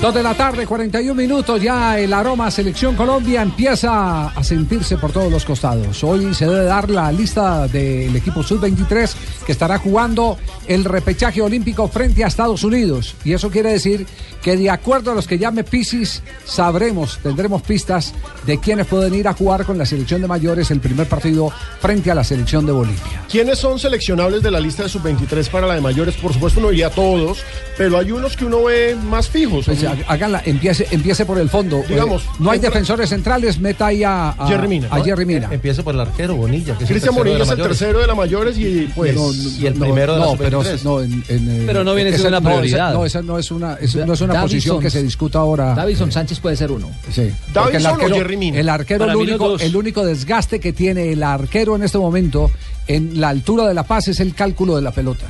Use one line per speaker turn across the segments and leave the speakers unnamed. Dos de la tarde, 41 minutos. Ya el aroma Selección Colombia empieza a sentirse por todos los costados. Hoy se debe dar la lista del equipo sub-23 que estará jugando el repechaje olímpico frente a Estados Unidos. Y eso quiere decir que, de acuerdo a los que llame Pisis, sabremos, tendremos pistas de quiénes pueden ir a jugar con la selección de mayores el primer partido frente a la selección de Bolivia.
¿Quiénes son seleccionables de la lista de sub-23 para la de mayores? Por supuesto, no iría a todos, pero hay unos que uno ve más fijos.
Pues, ha- háganla, empiece, empiece por el fondo.
Digamos,
Eh, no hay
entra-
defensores centrales, meta ahí a,
Ah,
a
Jerry Mina,
a
¿no?
Jerry Mina.
Empieza por el arquero Bonilla, que es el tercero
Cristian
de
Morillo
la
es el
mayores.
tercero de la mayores y pues...
No,
y el primero de la
no, pero,
sub-23.
no, en- en, eh,
Pero no viene
esa-
siendo una
no, esa-
prioridad.
No, esa no es una, esa no es una
Da-
posición
Davison.
que se discuta ahora.
Davison Sánchez puede ser uno.
Sí,
¿Davison
porque el
o
arquero,
Jerry Mina?
el, arquero
Para
el,
mí los
único,
dos.
el único desgaste que tiene el arquero en este momento en la altura de la paz es el cálculo de la pelota.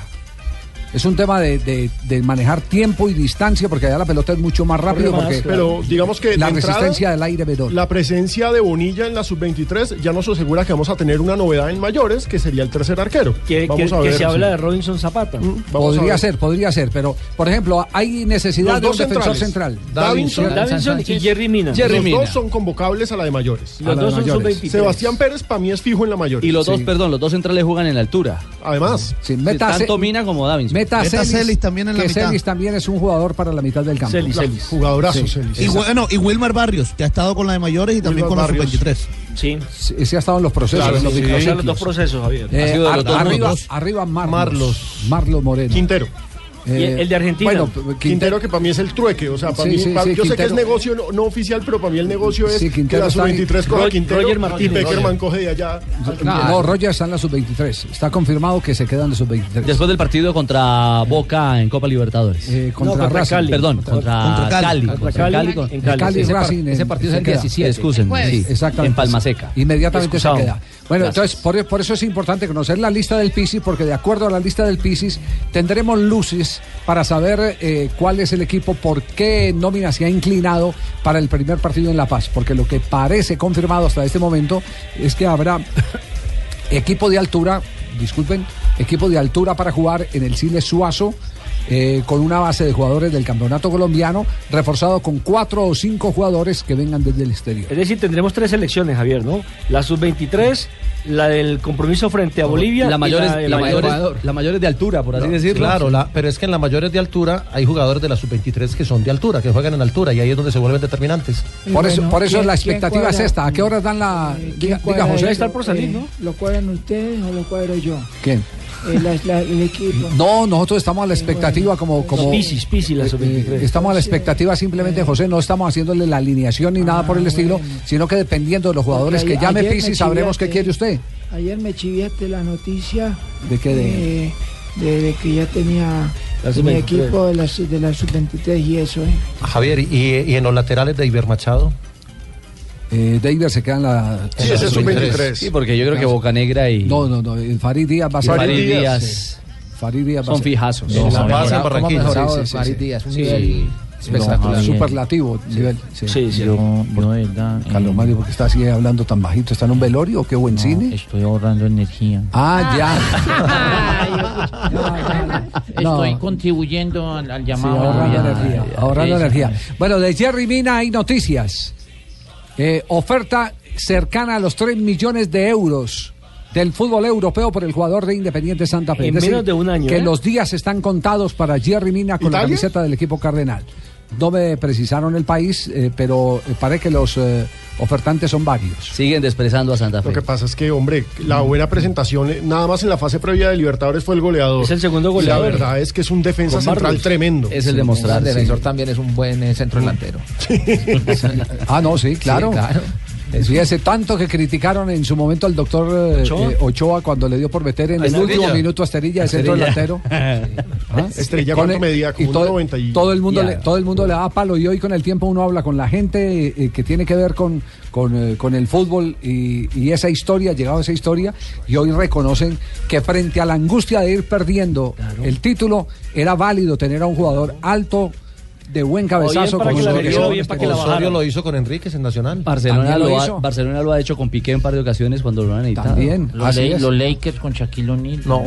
Es un tema de, de- de manejar tiempo y distancia porque allá la pelota es mucho más rápido
más,
porque
pero digamos que de
la
entrada-
resistencia del aire menor.
La presencia de Bonilla en la sub-23 ya nos asegura que vamos a tener una novedad en mayores, que sería el tercer arquero.
Que,
vamos
que-
a
que
ver.
se habla de Robinson Zapata.
Mm, vamos a
Podría
ver.
ser, podría ser, pero por ejemplo, hay necesidad
Los
de un
dos
defensor
centrales.
central.
Davinson.
Davinson
Davinson y
Sánchez.
Jerry Mina.
Jerry-
Los
Mina.
dos son convocables a la de mayores.
A la
Los dos
de
son
mayores.
sub-23.
Sebastián Pérez para mí es fijo en la mayores.
Y los dos,
Sí.
perdón, los dos centrales juegan en la altura.
Además,
Sí, meta
Sí, tanto
Ce-
Mina como Davinson.
Meta
Meta
Celis,
Celis también en la
que
mitad.
Celis también es un jugador para la mitad del campo.
Celis,
la-
Celis.
jugadorazo,
Sí.
Celis.
Y bueno, y Wilmar Barrios, que ha estado con la de mayores y también
Wilmar
con la
Barrios.
sub-23.
Sí.
Sí, sí ha estado en los procesos.
Claro,
en los
sí, sí.
O sea,
microciclos.
los dos procesos, Javier.
Eh,
Ha sido de
ar-
los dos
arriba,
mundos.
arriba Marlos. Marlos,
Marlos.
Moreno.
Quintero.
Eh,
Y el de Argentina.
Bueno, p- Quintero,
Quintero que para mí es el trueque, o sea, para
Sí,
mí,
sí,
para-
sí,
yo sé que es
Quintero.
negocio no, no oficial, pero para mí el negocio es
Sí,
que
Quintero
la
está
sub-23 coja
Ro-
Quintero
Roger
y
Martínez.
Peckerman coge de allá.
No, no, Roger está en la sub-23. Está confirmado que se quedan de sub-23.
Después del partido contra Boca en Copa Libertadores.
Eh, contra,
No, contra
Racing.
Cali.
Perdón, contra,
contra Cali.
Cali.
Contra
Contra
Cali,
Cali. con-
en
Cali,
Cali.
Cali
Ese par-
Racing,
ese partido
se
es el
queda.
17. Excusen. Sí,
Exactamente.
En Palma Seca.
Inmediatamente se
Excusado.
queda. Bueno,
Gracias.
entonces por, por eso es importante conocer la lista del Pisis, porque de acuerdo a la lista del Pisis tendremos luces para saber eh, cuál es el equipo, por qué nómina se ha inclinado para el primer partido en La Paz. Porque lo que parece confirmado hasta este momento es que habrá equipo de altura, disculpen, equipo de altura para jugar en el Cile Suazo. eh, con una base de jugadores del campeonato colombiano, reforzado con cuatro o cinco jugadores que vengan desde el exterior.
Es decir, tendremos tres selecciones, Javier, ¿no? La sub-23, la del compromiso frente a Bolivia.
La mayor
y
es,
de
la mayor es-
Ecuador.
la mayor es de altura, por así
No,
decirlo.
Claro, la- pero es que en las mayores de altura hay jugadores de la sub-23 que son de altura, que juegan en altura y ahí es donde se vuelven determinantes.
Por eso,
Bueno,
por eso
¿quién-
la
quién
expectativa es
cuadra?
esta. ¿A qué horas dan la.?
Eh, ¿quién
Diga,
cuadra
diga, José.
eso?
estar por salir, ¿no?
eh, ¿Lo cuadran ustedes o lo cuadro yo?
¿Quién?
Eh, la- la- el equipo.
No, nosotros estamos a la expectativa como. como
Pisis, Pisis, la
eh,
sub-23.
eh, estamos a la expectativa simplemente, José. No estamos haciéndole la alineación ni nada por el estilo, sino que dependiendo de los jugadores
Ah,
que
Porque a-
llame
ayer me
Pisi, sabremos qué
chiviaste.
quiere usted.
Ayer me chiviaste la noticia
¿De qué? De...
eh, de, de que ya tenía
La
mi
sub-23.
equipo de la, sub- de la sub-23 y eso, ¿eh?
Javier, y, y en los laterales de Iber Machado.
Eh, Deiber se queda en la.
Sí, ese es sub-23.
Sí, porque yo creo que Boca Negra y,
No, no, no. eh, Farid Díaz va a
y
ser.
Farid
Díaz,
Díaz
sí. Farid Díaz va a
son
ser-
fijazos.
No,
Sí,
la
mejorado.
pasa en
¿Cómo ha
Barranquilla.
mejorado?
Sí, sí, sí,
Farid
sí.
Díaz, un
Sí.
nivel espectacular.
Espectacular. Superlativo nivel. sí.
Sí, sí.
Yo, yo de verdad. eh,
Carlos Mario, ¿por qué está así hablando tan bajito? ¿Está en un velorio o qué buen
no,
cine?
Estoy ahorrando energía.
Ah, ya. No.
Estoy contribuyendo al, al
Sí,
llamado.
ahorrando
Ah,
energía.
ya,
ahorrando
esa.
energía. Bueno, de Jerry Mina hay noticias. Eh, oferta cercana a los 3 millones de euros del fútbol europeo por el jugador de Independiente Santa Fe.
En
Es decir,
menos de un año,
Que
¿eh?
los días están contados para Jerry Mina con la
¿Italia?
camiseta del equipo cardenal. No me precisaron el país, eh, pero eh, parece que los eh, ofertantes son varios.
Siguen desprezando a Santa Fe.
Lo que pasa es que, hombre, la buena presentación, eh, nada más en la fase previa de Libertadores fue el goleador.
Es el segundo goleador.
La verdad es que es un defensa
Con
central
Barrios.
tremendo.
es el demostrar. sí.
también es un buen eh, centro delantero.
Ah, no, sí, claro.
claro.
Sí, hace tanto que criticaron en su momento al doctor eh, eh, Ochoa,
Ochoa.
cuando le dio por meter en el
Asterilla.
último minuto a Esterilla, el centro delantero.
¿Eh?
¿Ah?
este-
Estrella,
Con
Este, ¿cuánto
el-
medía? Como
y
un
todo,
90 y-
todo el mundo
Ya.
le, todo el mundo le da palo y hoy con el tiempo uno habla con la gente eh, eh, que tiene que ver con, con, eh, con el fútbol y, y esa historia, llegado a esa historia, y hoy reconocen que frente a la angustia de ir perdiendo el título, era válido tener a un jugador alto de buen cabezazo.
bien para
como
que la
lo
metió,
hizo
bien
este
para que la
gol.
bajara.
Osorio
bajaron.
lo hizo con Enríquez en Nacional.
Barcelona
También lo
lo, ha,
hizo.
Barcelona lo ha hecho con Piqué un par de ocasiones cuando lo han necesitado.
También,
Los,
así
Le-
es.
los Lakers con Shaquille O'Neal.
No.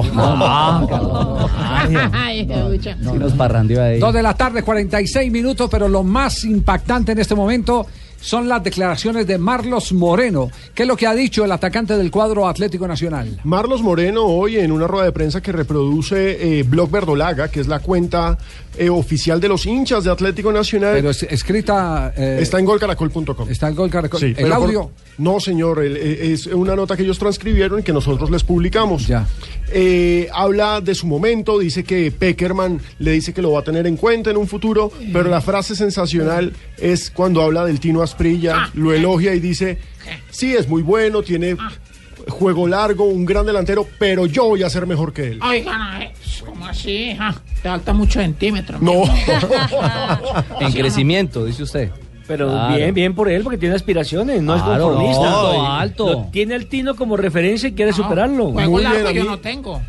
Ay, pucha.
Sí nos parrandió ahí.
Dos de la tarde, 46 minutos, pero lo más impactante en este momento son las declaraciones de Marlos Moreno. ¿Qué es lo que ha dicho el atacante del cuadro Atlético Nacional?
Marlos Moreno hoy en una rueda de prensa que reproduce eh, Blog Verdolaga, que es la cuenta eh, oficial de los hinchas de Atlético Nacional,
Pero es- escrita... eh,
está en golcaracol.com.
está el gol Caracol.
Sí,
el
pero por-
audio...
no, señor, el- eh, es una nota que ellos transcribieron y que nosotros les publicamos.
Ya.
Eh, habla de su momento, dice que Peckerman le dice que lo va a tener en cuenta en un futuro, pero la frase sensacional es cuando habla del Tino Asprilla, lo elogia y dice, sí, es muy bueno, tiene juego largo, un gran delantero, pero yo voy a ser mejor que él.
Oigan, eh, ¿cómo así? ja? Te falta mucho centímetro.
No.
En crecimiento, dice usted.
Pero
Claro.
bien, bien por él, porque tiene aspiraciones, no es
Claro,
conformista.
no, alto.
Lo tiene al Tino como referencia y
Ah,
quiere superarlo.
Juego
Muy
largo
bien, a
yo
mí-
no tengo.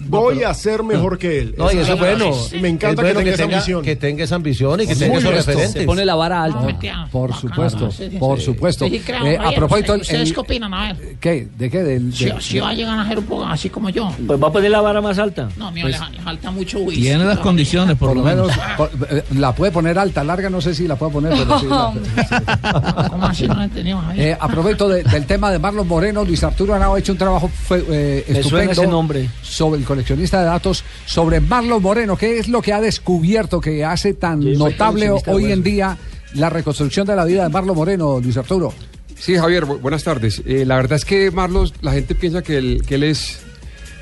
Voy a ser mejor que él.
No, y eso es bueno.
Me
Es
encanta
bueno
que, tenga esa ambición.
que tenga esa ambición y que
Por
tenga esos
supuesto.
Se
referentes. Ah,
pone la vara
No,
alta.
mentira.
Por
Bacana,
supuesto,
Ah, sí, sí,
por
sí.
supuesto.
Sí, pues, creo,
Eh, a
oye,
propósito, el-
¿Ustedes
el-
qué opinan? A ver.
¿Qué? ¿De qué? Del,
Si,
de-
si va a llegar a ser un poco así como yo.
Pues va a poner la vara más alta.
No, mío,
Pues,
le, le falta mucho whisky.
Tiene las condiciones, por,
por lo menos por- eh, la puede poner alta, larga, no sé si la puede poner, pero sí. la-
¿Cómo así no lo entendimos, Javier?
Eh, a propósito de- del tema de Marlon Moreno, Luis Arturo Henao ha hecho un trabajo fe- eh,
Me suena
estupendo
ese nombre.
sobre el coleccionista de datos, sobre Marlon Moreno, qué es lo que ha descubierto que hace tan
Sí, soy
notable
coleccionista de
hoy en
huesos.
día la reconstrucción de la vida de Marlon Moreno, Luis Arturo.
Sí, Javier, bu- buenas tardes. Eh, la verdad es que Marlos, la gente piensa que él, que él es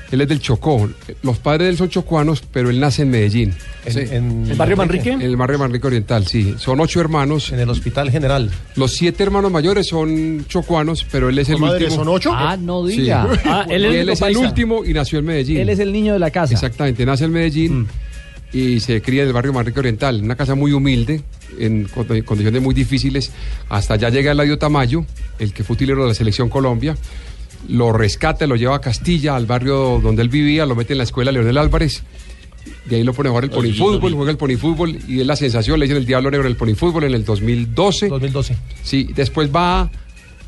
él es del Chocó. Los padres de él son chocuanos, pero él nace en Medellín,
Sí.
¿El barrio Manrique?
en el barrio de Manrique Oriental, sí. Son ocho hermanos.
En el Hospital General.
Los siete hermanos mayores son chocuanos, pero él es el
Madre,
último.
¿son ocho?
Ah, no
Sí.
diga.
Ah, él es
Y
el
él
único
es el
paisa.
último y nació en Medellín.
Él es el niño de la casa.
Exactamente, nace en Medellín
Mm.
y se cría en el barrio Manrique Oriental, en una casa muy humilde, en condi- condiciones muy difíciles. Hasta allá llega Eladio Tamayo, el que fue utilero de la selección Colombia, lo rescata, lo lleva a Castilla, al barrio donde él vivía, lo mete en la escuela Leonel Álvarez. De ahí lo pone a jugar el ponifútbol, juega el ponifútbol y es la sensación, le dicen el Diablo Negro en el ponifútbol en el 2012.
2012.
Sí, después va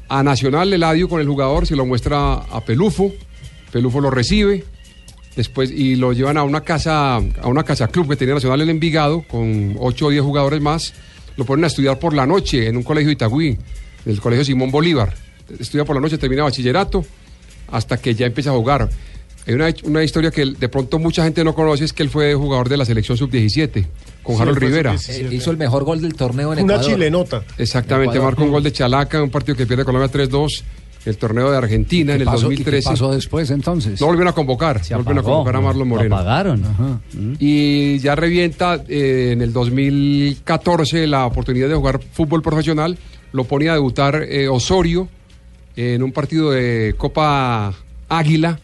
a Nacional Eladio con el jugador, se lo muestra a Pelufo, Pelufo lo recibe, después y lo llevan a una casa, a una casa club que tenía Nacional en Envigado, con 8 o 10 jugadores más, lo ponen a estudiar por la noche en un colegio de Itagüí, en el colegio Simón Bolívar. Estudia por la noche, termina bachillerato, hasta que ya empieza a jugar. Hay una, una historia que de pronto mucha gente no conoce, es que él fue jugador de la selección sub-17, con
Sí,
pues,
Harold
fue
Rivera.
suficiente.
Eh, Hizo el mejor gol del torneo en
Una
Ecuador.
chilenota.
Exactamente, marcó un gol de Chalaca, en un partido que pierde Colombia 3-2, el torneo de Argentina en
¿Qué
el
pasó, y qué
2013.
pasó después entonces?
No volvieron a convocar,
Se
no volvieron a
apagó.
convocar a Marlon
Lo
Moreno.
apagaron.
Y ya revienta eh, en el 2014 la oportunidad de jugar fútbol profesional, lo ponía a debutar eh, Osorio en un partido de Copa Águila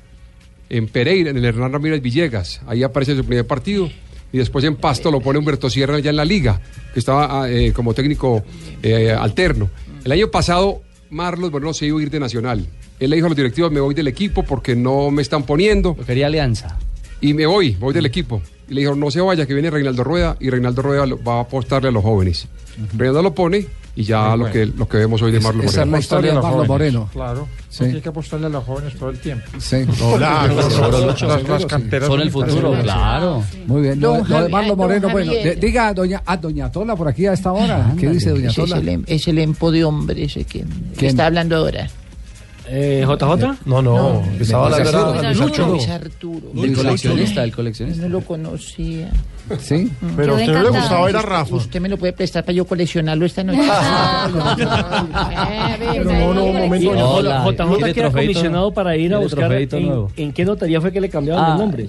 en Pereira, en el Hernán Ramírez Villegas. Ahí aparece su primer partido. Y después en Pasto lo pone Humberto Sierra ya en la liga, que estaba ah, eh, como técnico eh, alterno. El año pasado, Marlos Moreno se iba a ir de Nacional. Él le dijo a los directivos, me voy del equipo porque no me están poniendo
Lo quería Alianza.
y me voy, voy
Mm.
del equipo. Y le dijeron, no se vaya, que viene Reinaldo Rueda y Reinaldo Rueda lo- va a apostarle a los jóvenes. Reinaldo lo pone y ya lo, que, lo que vemos hoy de Marlon
Esa es la
Moreno.
historia de Marlon Moreno.
Claro,
Sí.
no tiene que apostarle a los jóvenes todo el tiempo.
Sí.
Las, las canteras
Son el futuro,
internacionales.
claro.
Muy bien, Eh, lo,
Don
lo de
Javi-
Marlon
don
Moreno, bueno,
Javier.
de- diga a doña, a doña Tola por aquí a esta hora, ¿qué dice doña
Ese es,
Tola?
el, em- es el empo de hombre ese que, que
¿Quién?
está hablando ahora.
Eh, JJ.
No, no. que estaba
Luis
hablando
Arturo.
era
Luis
Luis Arturo.
Luis Arturo.
El coleccionista, el
Yo
coleccionista.
no lo conocía. Mm.
Sí,
Pero a usted no le gustaba ir a Rafa.
Usted me lo puede prestar para yo coleccionarlo esta noche.
Ah,
Ay, Ah, Pero no, no, un
Y
momento.
J-
Hola.
JJ
¿Quiere
que era
trofeito?
comisionado para ir a
¿Quiere
buscar
trofeito
en,
nuevo? Ah,
en qué notaría fue que le cambiaron el nombre.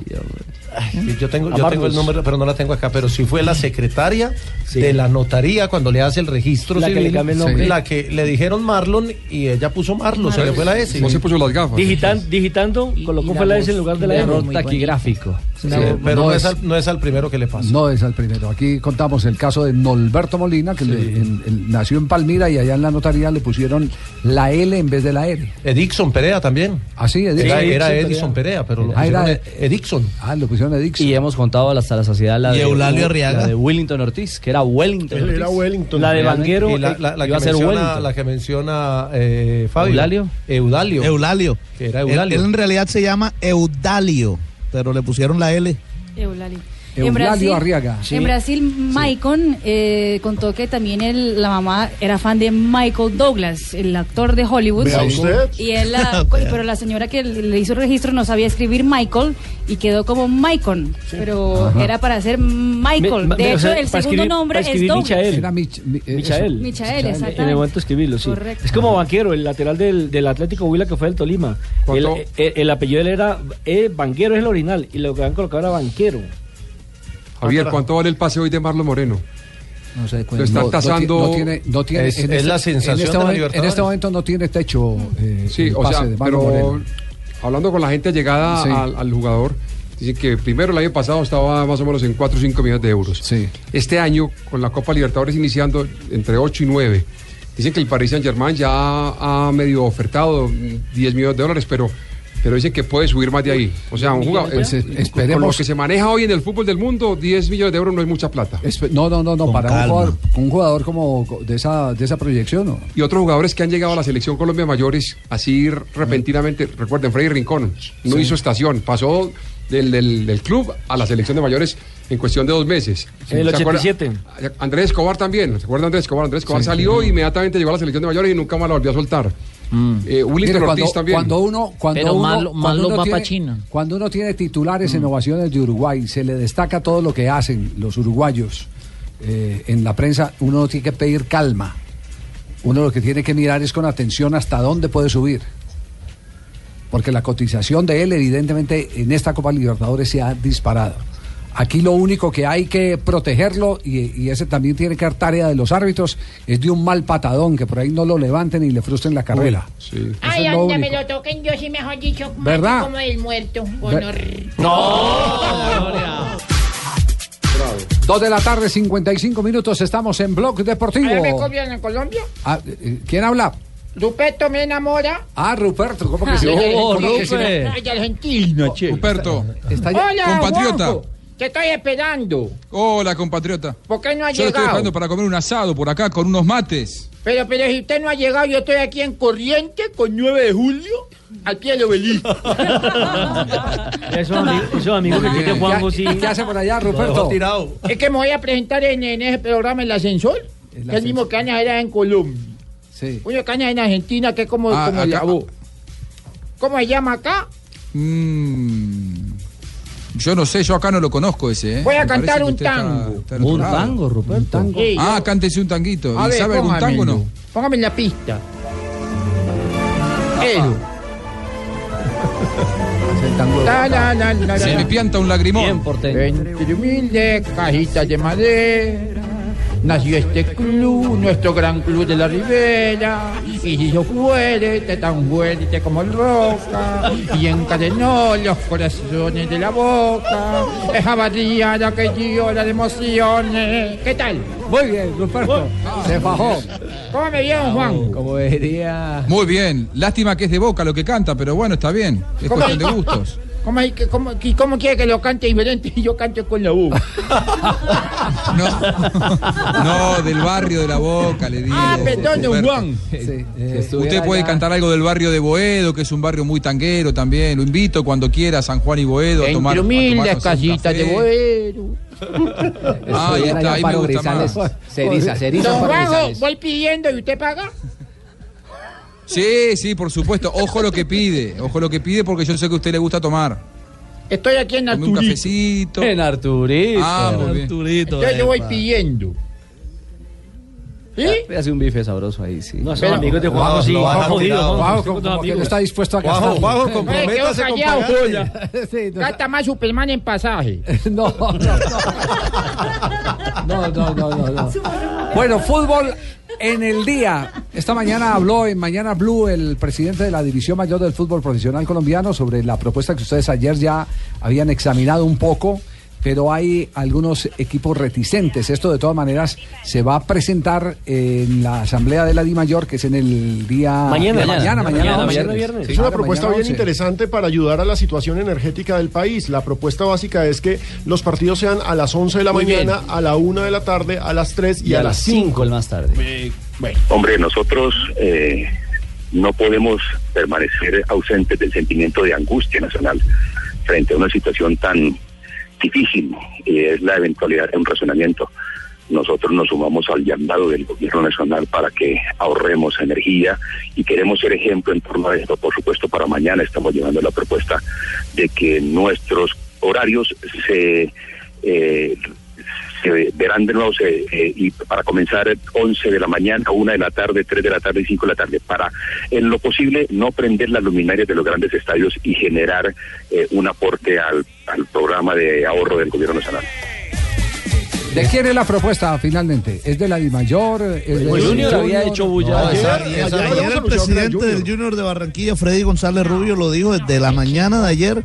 Sí, Yo tengo, yo
Amargos.
tengo el número, pero no la tengo acá. Pero sí fue la secretaria de la notaría cuando le hace el registro
La que le
civil,
cambia el nombre.
La que le dijeron Marlon y ella puso Marlon. Se le fue la S.
No se puso las gafas.
Digitan- digitando,
Y- y
colocó
la
fue la S
voz,
en lugar de
y
la
la
R.
voz.
Error taquigráfico.
Sí, pero no es, al, no es al primero que le
le pasó.
No es al primero. Aquí contamos el caso de Norberto Molina, que le- en- en- nació en Palmira y allá en la notaría le pusieron la L en vez de la R.
Edixon Perea también.
Ah, sí, Edixon.
Era, era
Edixon
Edison Perea,
Perea.
pero lo
Ah, era
pusieron Edixon.
Ah, lo pusieron Edixon.
Y hemos contado hasta la saciedad la
Y
de,
Eulalio
la
Arriaga.
de Wellington Ortiz, que era Wellington Ortiz.
Era Wellington.
La de Banguero,
Y la,
eh,
la- la que,
iba a ser
menciona,
Wellington.
la que menciona eh, Fabio.
¿Eulalio?
Eudalio.
Eulalio.
Que era
Él-
Eudalio.
él en realidad se llama Eudalio, pero le pusieron la L.
Eulalio.
Eulalio Arriaga. Sí.
En Brasil, Maicon eh, contó que también él- la mamá era fan de Michael Douglas, el actor de Hollywood.
Vea
Sí.
usted.
Y él, la- cu- pero la señora que le hizo el registro no sabía escribir Michael y quedó como Maicon, pero
Ajá.
era para ser Michael.
Me- me-
de
o
hecho,
sea,
el
para
segundo
escribir-
nombre
para
es
escribir
Douglas.
Michael.
Era Mich- mi- eh,
Michael.
eso.
Michael, exactamente.
En el momento de escribirlo, sí.
Correcto.
Es como Banquero, el lateral del, del Atlético Huila que fue del Tolima. El,
¿Cuánto?
el- el apellido de él era eh, Banquero, es el original. Y lo que han colocado era Banquero.
Javier, ¿cuánto vale el pase hoy de Marlon Moreno?
No se
Lo están tasando.
No tiene, no tiene-
Es-
en
es la
en
sensación
este
de la
momento- En
Libertadores.
este momento no tiene techo. eh,
Sí,
el
o
pase
sea,
de Marlon
pero
Moreno.
hablando con la gente llegada
Sí.
al, al jugador, dicen que primero el año pasado estaba más o menos en 4 o 5 millones de euros. Este año, con la Copa Libertadores iniciando entre 8 y 9, dicen que el Paris Saint Germain ya ha medio ofertado mm, 10 millones de dólares, pero, pero dicen que puede subir más de ahí. O sea, un jugador,
Pues,
eh,
es-
con lo
esperemos-
que se maneja hoy en el fútbol del mundo, 10 millones de euros no es mucha plata.
Espe- No, no, no, no. Para un
calma.
jugador, un jugador como co- de esa, de esa proyección, ¿no?
y otros jugadores que han llegado a la selección Colombia mayores así repentinamente. Recuerden, Freddy Rincón no
Sí.
hizo estación, pasó del, del- del club a la selección de mayores en cuestión de dos meses.
En el
¿Se acuerda? Eh,
87.
Andrés Escobar también, ¿se acuerdan de Andrés Escobar? Andrés Escobar
Sí.
salió e inmediatamente llegó a la selección de mayores y nunca más la volvió a soltar. Eh, Willington
Mire, cuando,
Ortiz también.
cuando uno cuando
Pero
uno,
malo-
cuando
malo
uno
va
tiene,
pa' China. Mm.
cuando uno tiene titulares en ovaciones de Uruguay se le destaca todo lo que hacen los uruguayos eh, en la prensa uno no tiene que pedir calma uno lo que tiene que mirar es con atención hasta dónde puede subir porque la cotización de él evidentemente en esta Copa Libertadores se ha disparado Aquí lo único que hay que protegerlo, y, y ese también tiene que ser tarea de los árbitros, es de un mal patadón, que por ahí no lo levanten y le frustren la carrera.
Sí.
Ay,
es lo
anda, me
único.
lo toquen yo, sí, mejor dicho, más
¿Verdad?
como del muerto. Honor.
Dos de la tarde, 55 minutos, estamos en Blog
¿Ahora me
Deportivo.
copian en Colombia?
Ah, eh, ¿Quién habla?
Rupeto me enamora.
Ah, Ruperto, ¿cómo que se
Ay,
oh, ¿cómo que
Rupe.
se-
Ay, argentino, che.
Humberto.
Está ya-
Hola,
compatriota.
Juanjo, Te estoy esperando.
Hola, compatriota.
¿Por qué no has
Yo lo estoy
llegado?
dejando para comer un asado por acá con unos mates.
Pero, pero si usted no ha llegado, yo estoy aquí en Corriente con 9 de julio al pie del obelisco.
Esos, ami- esos amigos que tiene Juanjo, sí.
¿Qué hace por allá, Ruperto?
Oh. Es que me voy a presentar en, en ese programa El Ascensor, que es el mismo que Ana era en Colombia.
Sí.
Uno que Ana en Argentina, que es como,
Ah,
como
acá-
la voz. ¿Cómo se llama acá?
Mm, yo no sé, yo acá no lo conozco ese. ¿eh?
Voy a
Me parece
cantar
que
un
usted está-
tango.
está en otro lado.
Ruperto.
Sí,
Ah, cántese un tanguito.
A
¿Y
ver,
sabe algún tango o no?
Póngame en la pista. Eso. Ta, la, la, la, la,
Se
la.
me pianta un lagrimón.
Entre humildes cajitas de madera nació este club, nuestro gran club de la ribera. Y se hizo fuerte, tan fuerte como el roca. Y encadenó los corazones de la boca. Esa barriada que llora de emociones. ¿Qué tal?
Muy bien, Ruperto. Se bajó.
¿Cómo me vieron, Juan?
Como diría.
Muy bien. Lástima que es de boca lo que canta, pero bueno, está bien. Es
¿Cómo?
cuestión de gustos.
¿Cómo, hay que- cómo- y cómo quiere que lo cante diferente y yo cante con la U?
No, del barrio de la boca, le digo.
Ah, perdón, don
Humberto.
Juan.
Usted puede cantar algo del barrio de Boedo, que es un barrio muy tanguero también. Lo invito cuando quiera a San Juan y Boedo a tomar.
Entre
a tomarnos
humildes
un
casitas
café.
de boero.
Ah, ahí está, ahí me gusta más.
Se eriza, se eriza
Don
Pablo
Juanjo,
Grisales.
voy pidiendo y usted paga.
Sí, sí, por supuesto. Ojo lo que pide. Ojo lo que pide porque yo sé que a usted le gusta tomar.
Estoy aquí en
Tome un
Arturito.
cafecito.
En Arturito.
Ah, muy bien.
Arturito.
Entonces yo voy
epa.
pidiendo. ¿Sí?
Hace un bife sabroso ahí, sí.
No, esos
Pero-
amigos de
No,
Juanjo, sí.
lo van a
Juanjo, sí,
tirar.
Juanjo,
Bajo,
sí,
como,
con tus
como que
amigos.
no está dispuesto a gastar.
Juanjo, Juanjo,
Oye, quedó
comprométase con
callado,
pagarle.
joya.
Sí, no,
Gasta más Superman en pasaje.
No, no, no. No, no, no, no, no. Bueno, fútbol en el día. Esta mañana habló en Mañana Blue el presidente de la División Mayor del Fútbol Profesional Colombiano sobre la propuesta que ustedes ayer ya habían examinado un poco. pero hay algunos equipos reticentes. Esto de todas maneras se va a presentar en la asamblea de la DIMAYOR, que es en el día
Mañana,
Ah, de mañana, mañana, once.
viernes.
Sí,
Es una
claro,
propuesta
mañana once.
bien interesante para ayudar a la situación energética del país. La propuesta básica es que los partidos sean a las 11 de la
Muy bien.
mañana, a la 1 de la tarde, a las 3 y, a, las 5
el más tarde.
Hombre, nosotros eh, no podemos permanecer ausentes del sentimiento de angustia nacional frente a una situación tan difícil, eh, es la eventualidad de un razonamiento. Nosotros nos sumamos al llamado del gobierno nacional para que ahorremos energía y queremos ser ejemplo en torno a esto. Por supuesto, para mañana estamos llevando la propuesta de que nuestros horarios se eh, se verán de nuevo se- eh, y para comenzar 11 de la mañana, 1 de la tarde, 3 de la tarde y 5 de la tarde, para en lo posible no prender las luminarias de los grandes estadios y generar eh, un aporte al, al programa de ahorro del gobierno nacional.
¿De quién es la propuesta finalmente? ¿Es de la DIMAYOR? ¿Es de
Pues Junior había hecho bulla.
No,
Ayer-
esa-
ayer
esa-
hablamos
ayer
de
el
Lucho Gabriel
presidente
Junior.
del Junior de Barranquilla, Freddy González Rubio, lo dijo desde la mañana de ayer,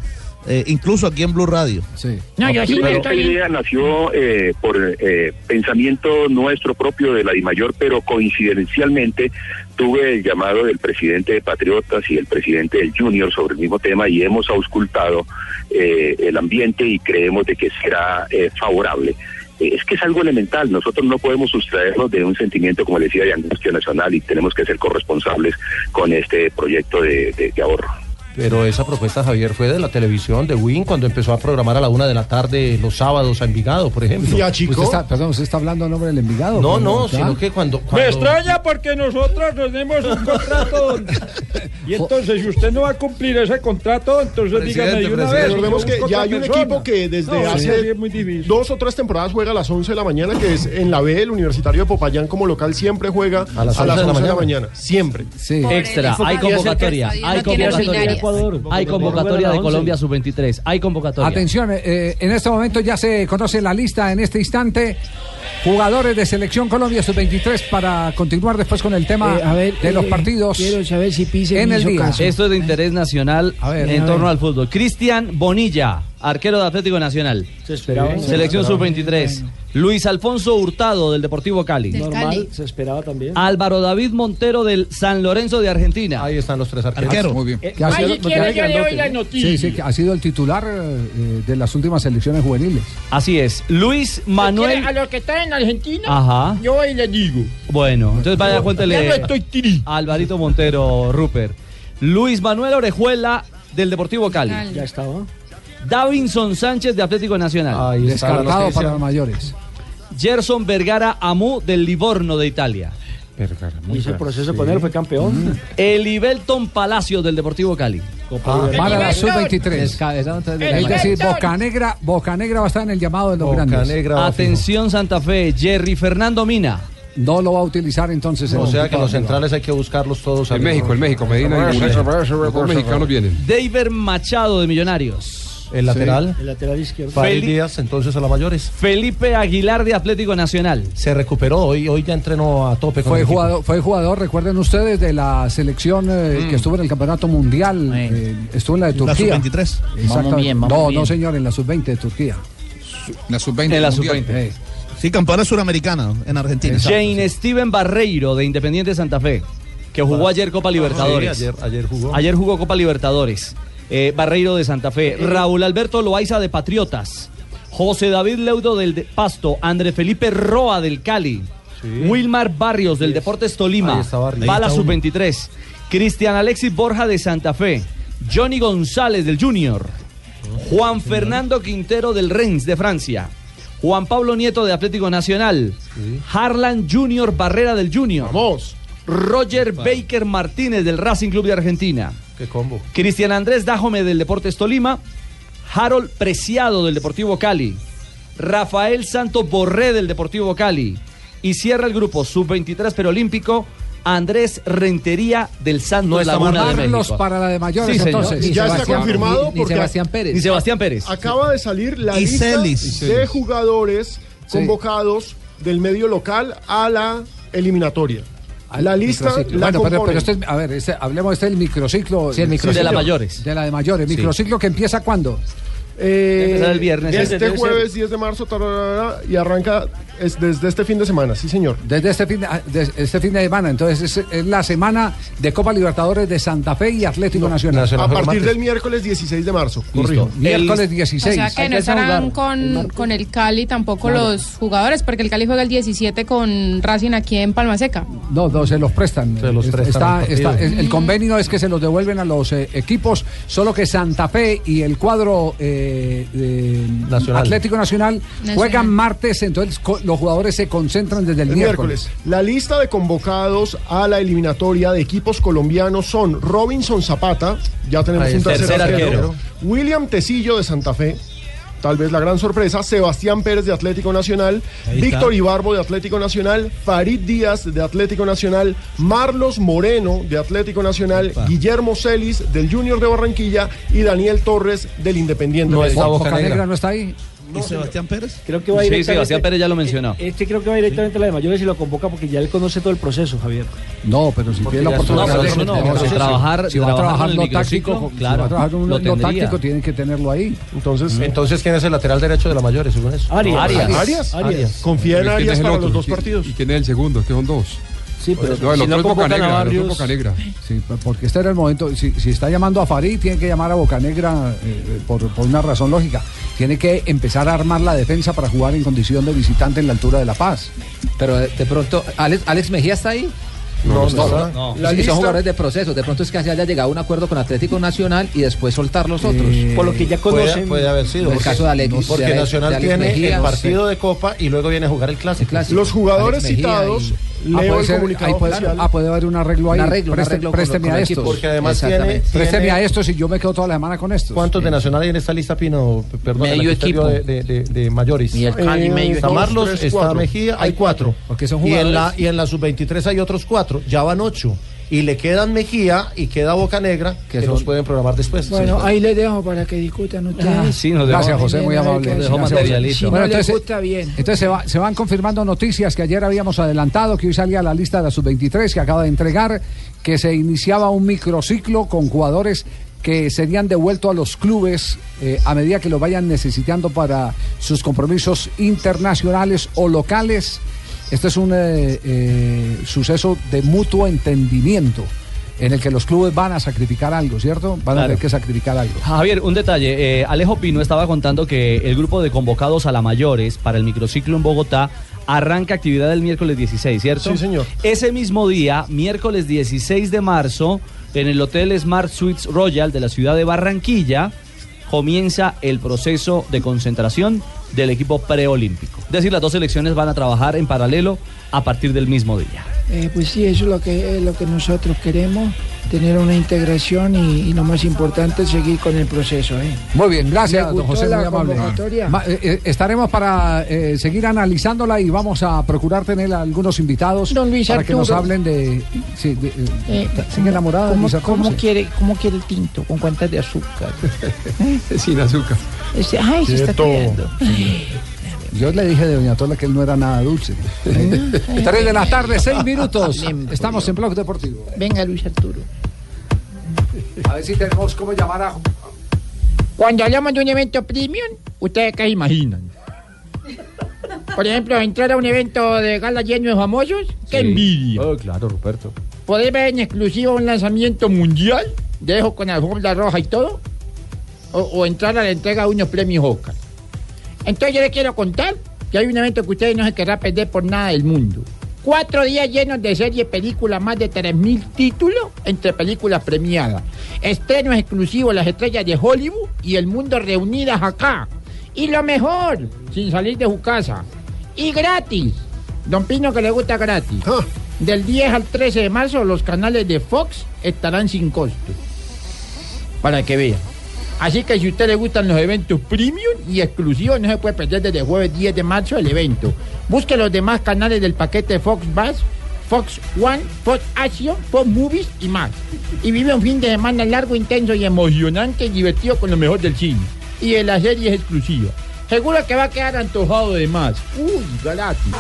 eh, incluso aquí en Blue Radio.
No, Esta idea nació eh, por eh, pensamiento nuestro propio de la DIMAYOR, pero coincidencialmente tuve el llamado del presidente de Patriotas y el presidente del Junior sobre el mismo tema y hemos auscultado eh, el ambiente y creemos de que será eh, favorable. Eh, Es que es algo elemental, nosotros no podemos sustraernos de un sentimiento, como decía, de angustia nacional y tenemos que ser corresponsables con este proyecto de- de- de ahorro.
Pero esa propuesta, Javier, fue de la televisión de Win cuando empezó a programar a la una de la tarde los sábados a Envigado, por ejemplo.
Usted está, perdón, ¿usted está hablando a nombre del Envigado?
No,
Pero,
no,
claro.
sino que cuando.
Me
cuando-
extraña porque nosotros tenemos un contrato. don. Y entonces, si usted no va a cumplir ese contrato, entonces
Presidente,
dígame de una
presidente.
vez.
Recordemos
yo
que
busco
ya
otra
hay un
persona.
equipo que desde
No,
hace dos o tres temporadas juega a las 11 de la mañana, que es en la B, el Universitario de Popayán como local siempre juega a las 11, de, la mañana. Siempre.
Extra, hay convocatoria, hay convocatoria, hay convocatoria de Colombia sub-23, hay convocatoria.
Atención, eh, eh, en este momento ya se conoce la lista en este instante. Jugadores de Selección Colombia sub-23 para continuar después con el tema
Eh, a ver,
de los
eh,
partidos
quiero saber si Pise
en
me
el
hizo
día. Este
caso.
Esto es de interés nacional
ver,
en
a
torno
ver.
al fútbol. Cristian Bonilla, arquero de Atlético Nacional.
esperaba.
Selección
Se esperaba.
sub-23. Luis Alfonso Hurtado del Deportivo Cali.
Normal, se esperaba también.
Álvaro David Montero del San Lorenzo de Argentina. Ahí
están los tres
arqueros.
Muy bien.
Eh,
Que ha
Valle
sido-
quiere
porque-
que le oiga noticia.
Sí, sí, que ha sido el titular eh, de las últimas selecciones juveniles.
Así Ah, es. Luis
¿Quiere-
Manuel.
A los que están en Argentina,
Ajá.
yo hoy les digo.
Bueno, entonces vaya,
No,
cuéntele.
ya no estoy
a Alvarito Montero, Rupert. Luis Manuel Orejuela del Deportivo Cali.
Ya estaba.
Davinson Sánchez de Atlético Nacional.
Descartado para los mayores.
Gerson Vergara Amú del Livorno de Italia.
Hizo el proceso con él, fue campeón.
Elibelton Palacio del Deportivo Cali.
Ah, para la sub-23.
de la
Es decir,
Libertadores.
Bocanegra, Bocanegra va a estar en el llamado de los grandes.
Atención Santa Fe, Jerry Fernando Mina.
No lo va a utilizar entonces.
O sea que los centrales hay que buscarlos todos.
En México, en México, Medina y Murillo. Los dos mexicanos vienen.
David Machado de Millonarios.
El lateral.
El lateral izquierdo.
Fael Díaz, entonces a las mayores.
Felipe Aguilar de Atlético Nacional.
Se recuperó, hoy, hoy ya entrenó a tope con
Fue
el equipo.
jugador, fue jugador, recuerden ustedes, de la selección eh, que estuvo en el campeonato mundial. eh, estuvo en la de Turquía.
sub-23. Vamos
Exactamente.
bien, vamos
no, no,
bien.
señor, en la sub-20 de Turquía.
La sub-20.
En la mundial. sub-20.
Sí, campeona suramericana en Argentina.
Jane Steven Barreiro de Independiente Santa Fe, que jugó ayer Copa Libertadores.
Sí, ayer, ayer jugó.
Ayer jugó Copa Libertadores. Eh, Barreiro de Santa Fe. Raúl Alberto Loaiza de Patriotas. José David Leudo del de- Pasto. André Felipe Roa del Cali. Wilmar Barrios del Deportes Tolima.
Ahí está Barrios.
Bala
Ahí está uno.
Sub-23. Cristian Alexis Borja de Santa Fe. Johnny González del Junior. Juan Fernando Quintero del Rennes de Francia. Juan Pablo Nieto de Atlético Nacional. Harlan Junior Barrera del Junior. Roger Baker Martínez del Racing Club de Argentina.
Qué combo.
Cristian Andrés Dajome del Deportes Tolima, Harold Preciado del Deportivo Cali, Rafael Santos Borré del Deportivo Cali y cierra el grupo sub-23 preolímpico Andrés Rentería del Santo
No
de
está
Laguna de
Marlos
México.
para la de mayores,
señor.
entonces.
Y ya está confirmado porque
Ni Sebastián Pérez.
Acaba de salir la
Y
lista
Celis. Y
de
Celis.
jugadores convocados del medio local a la eliminatoria. La lista
Microciclo.
la
bueno, pero,
componen.
pero este, a ver, este- hablemos este del microciclo.
Sí, el microciclo.
señor.
De la mayores.
De la de mayores.
Sí.
¿Microciclo que empieza cuándo?
Eh,
Empezará el viernes.
Este
Viernes,
jueves 10 de marzo tararara, y arranca es- desde este fin de semana, sí señor.
Desde este fin de, ah, de- este fin de semana, entonces es, es la semana de Copa Libertadores de Santa Fe y Atlético Nacional.
A partir del miércoles 16 de marzo. corrijo.
Miércoles 16.
O sea que no estarán con, con el Cali tampoco los jugadores, porque el Cali juega el 17 con Racing aquí en Palma Seca.
No, no, se los prestan. Es-
prestan
está-
el partido.
está- es- el convenio es que se los devuelven a los eh, equipos, solo que Santa Fe y el cuadro eh, eh,
Nacional.
Atlético Nacional,
Nacional.
juegan martes, entonces co- los jugadores se concentran desde el,
El miércoles. La lista de convocados a la eliminatoria de equipos colombianos son Robinson Zapata, ya tenemos
Ahí
un
está,
tercer,
tercer
arquero,
arquero.
William Tecillo de Santa Fe, tal vez la gran sorpresa, Sebastián Pérez de Atlético Nacional,
Ahí
Víctor
está.
Ibarbo de Atlético Nacional, Farid Díaz de Atlético Nacional, Marlos Moreno de Atlético Nacional, Guillermo Celis del Junior de Barranquilla y Daniel Torres del Independiente.
No
Medellín.
está Boca Boca Negra. Negra
no está ahí.
¿Y Sebastián Pérez?
Creo que va
Sí,
directamente.
Sebastián Pérez ya lo mencionó.
Este creo que va directamente a la de mayores y lo convoca porque ya él conoce todo el proceso, Javier.
No, pero si tiene la oportunidad
No,
de
pero no, no,
si-
no,
si va a trabajar
en el
lo
microciclo,
táctico, si
claro,
va a trabajar en
lo
lo
tendría.
táctico, tienen que tenerlo ahí.
Entonces,
Entonces, ¿quién es el lateral derecho de la mayores, según eso?
Arias.
Arias.
Arias.
Arias.
Confía en
¿Quién es
Arias
el
para
otro?
los dos
¿Quién-
partidos.
¿Y quién es el segundo? Que son dos.
Sí,
pero
no, el
si
otro
no
es Boca
convocan a
Negra. el otro es
Barrios-
Boca Negra.
Sí, pa- porque este era el momento. Si, si está llamando a Farid, tiene que llamar a Bocanegra eh, por, por una razón lógica. Tiene que empezar a armar la defensa para jugar en condición de visitante en la altura de La Paz.
Pero de, de pronto, ¿Alex, Alex Mejía está ahí?
No,
Pues
no,
son-
no.
pues
La
es que
lista-
son jugadores de proceso. De pronto es que se haya llegado a un acuerdo con Atlético Nacional y después soltar los otros.
Por lo que ya Puede- conocen- puede haber sido,
En el
porque-
caso de Alex.
porque
de- de
Nacional
Alex
tiene el
no sé.
partido de Copa y luego viene a jugar el clásico.
Los jugadores
Alex Mejía
citados,
y-
leo
Ah, puede
el
ser,
comunicado
ahí puede-
oficial.
Ah, puede haber un arreglo ahí.
Un arreglo, un
Preste-
arreglo con-
présteme
con
a
el
estos.
equipo. Porque además tiene-
Exactamente.
tiene-
Présteme a estos y yo me quedo toda la semana con estos.
¿Cuántos de Nacional hay en esta lista, Pino? P- Perdón, en la
Medio
que usted
equipo.
dio De, de- de- de mayores.
Y el Cali, Eh, medio
Está
equipo.
Marlos,
Tres,
está
cuatro.
Mejía, hay cuatro.
Porque son
Y en la,
jugadores.
y en la sub-23 hay otros cuatro, ya van ocho. Y le quedan Mejía y queda Boca Negra, que, nos pueden programar después.
Bueno,
Sí.
ahí les dejo para que discutan ustedes.
Ah, sí, nos dejó-
Gracias, José, muy amable.
Nos dejó
Gracias,
materialito.
José.
Si no
Bueno,
le
entonces,
gusta, bien.
entonces se, va- se van confirmando noticias que ayer habíamos adelantado, que hoy salía la lista de la sub-23 que acaba de entregar, que se iniciaba un microciclo con jugadores que serían devueltos a los clubes eh, a medida que los vayan necesitando para sus compromisos internacionales o locales. Este es un eh, eh, suceso de mutuo entendimiento en el que los clubes van a sacrificar algo, ¿cierto? Van a
Claro.
tener que sacrificar algo.
Javier, un detalle. eh, Alejo Pino estaba contando que el grupo de convocados a la mayores para el microciclo en Bogotá arranca actividad el miércoles 16, ¿cierto?
Sí, señor.
Ese mismo día, miércoles 16 de marzo, en el Hotel Smart Suites Royal de la ciudad de Barranquilla, comienza el proceso de concentración del equipo preolímpico. Es decir, las dos selecciones van a trabajar en paralelo a partir del mismo día.
Eh, pues sí, eso es lo que, es lo que nosotros queremos, tener una integración y, y lo más importante, seguir con el proceso. ¿eh?
Muy bien,
¿Le
gracias, don
gustó
José,
la
muy amable.
convocatoria?
Ma- eh, eh, estaremos para eh, seguir analizándola y vamos a procurar tener a algunos invitados para que nos
Arturo.
hablen de. sí, de, eh,
Eh,
sigue enamorada de
¿cómo,
Luis Alfonso?
cómo quiere, ¿Cómo quiere el tinto? ¿Con cuántas de azúcar?
Sin azúcar.
Este, Eh. ay, se está
Quieto.
tirando.
Yo le dije de Doña Tola que él no era nada dulce.
Mm.
Tres de la tarde, seis minutos. Estamos en Blog Deportivo.
Venga, Luis Arturo.
A ver si tenemos cómo llamar a.
Cuando hablamos de un evento premium, ¿ustedes qué imaginan? Por ejemplo, entrar a un evento de gala lleno de famosos, ¡qué envidia!
Oh,
claro, Ruperto.
Poder ver en exclusiva un lanzamiento mundial, dejo con alfombra roja y todo, o, o entrar a la entrega de unos premios Oscar. Entonces yo les quiero contar que hay un evento que ustedes no se querrán perder por nada del mundo. Cuatro días llenos de series, películas, más de 3.000 títulos entre películas premiadas. Estrenos exclusivos, las estrellas de Hollywood y el mundo reunidas acá. Y lo mejor, sin salir de su casa. Y gratis. Don Pino que le gusta gratis. Del 10 al 13 de marzo los canales de Fox estarán sin costo. Para que vean. Así que si a usted le gustan los eventos premium y exclusivos, no se puede perder desde el jueves 10 de marzo el evento. Busque los demás canales del paquete Fox Bass, Fox One, Fox Action, Fox Movies y más. Y vive un fin de semana largo, intenso y emocionante y divertido con lo mejor del cine y de las series exclusivas. Seguro que va a quedar antojado de más. Uy, galáctico.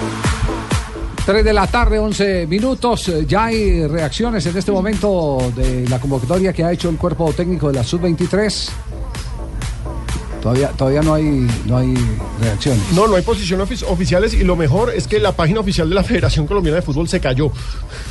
3 de la tarde, 11 minutos. Eh, Ya hay reacciones en este momento de la convocatoria que ha hecho el cuerpo técnico de la sub-23. Todavía, todavía no hay, no hay reacciones.
No, no hay posiciones ofici- oficiales y lo mejor es que la página oficial de la Federación Colombiana de Fútbol se cayó.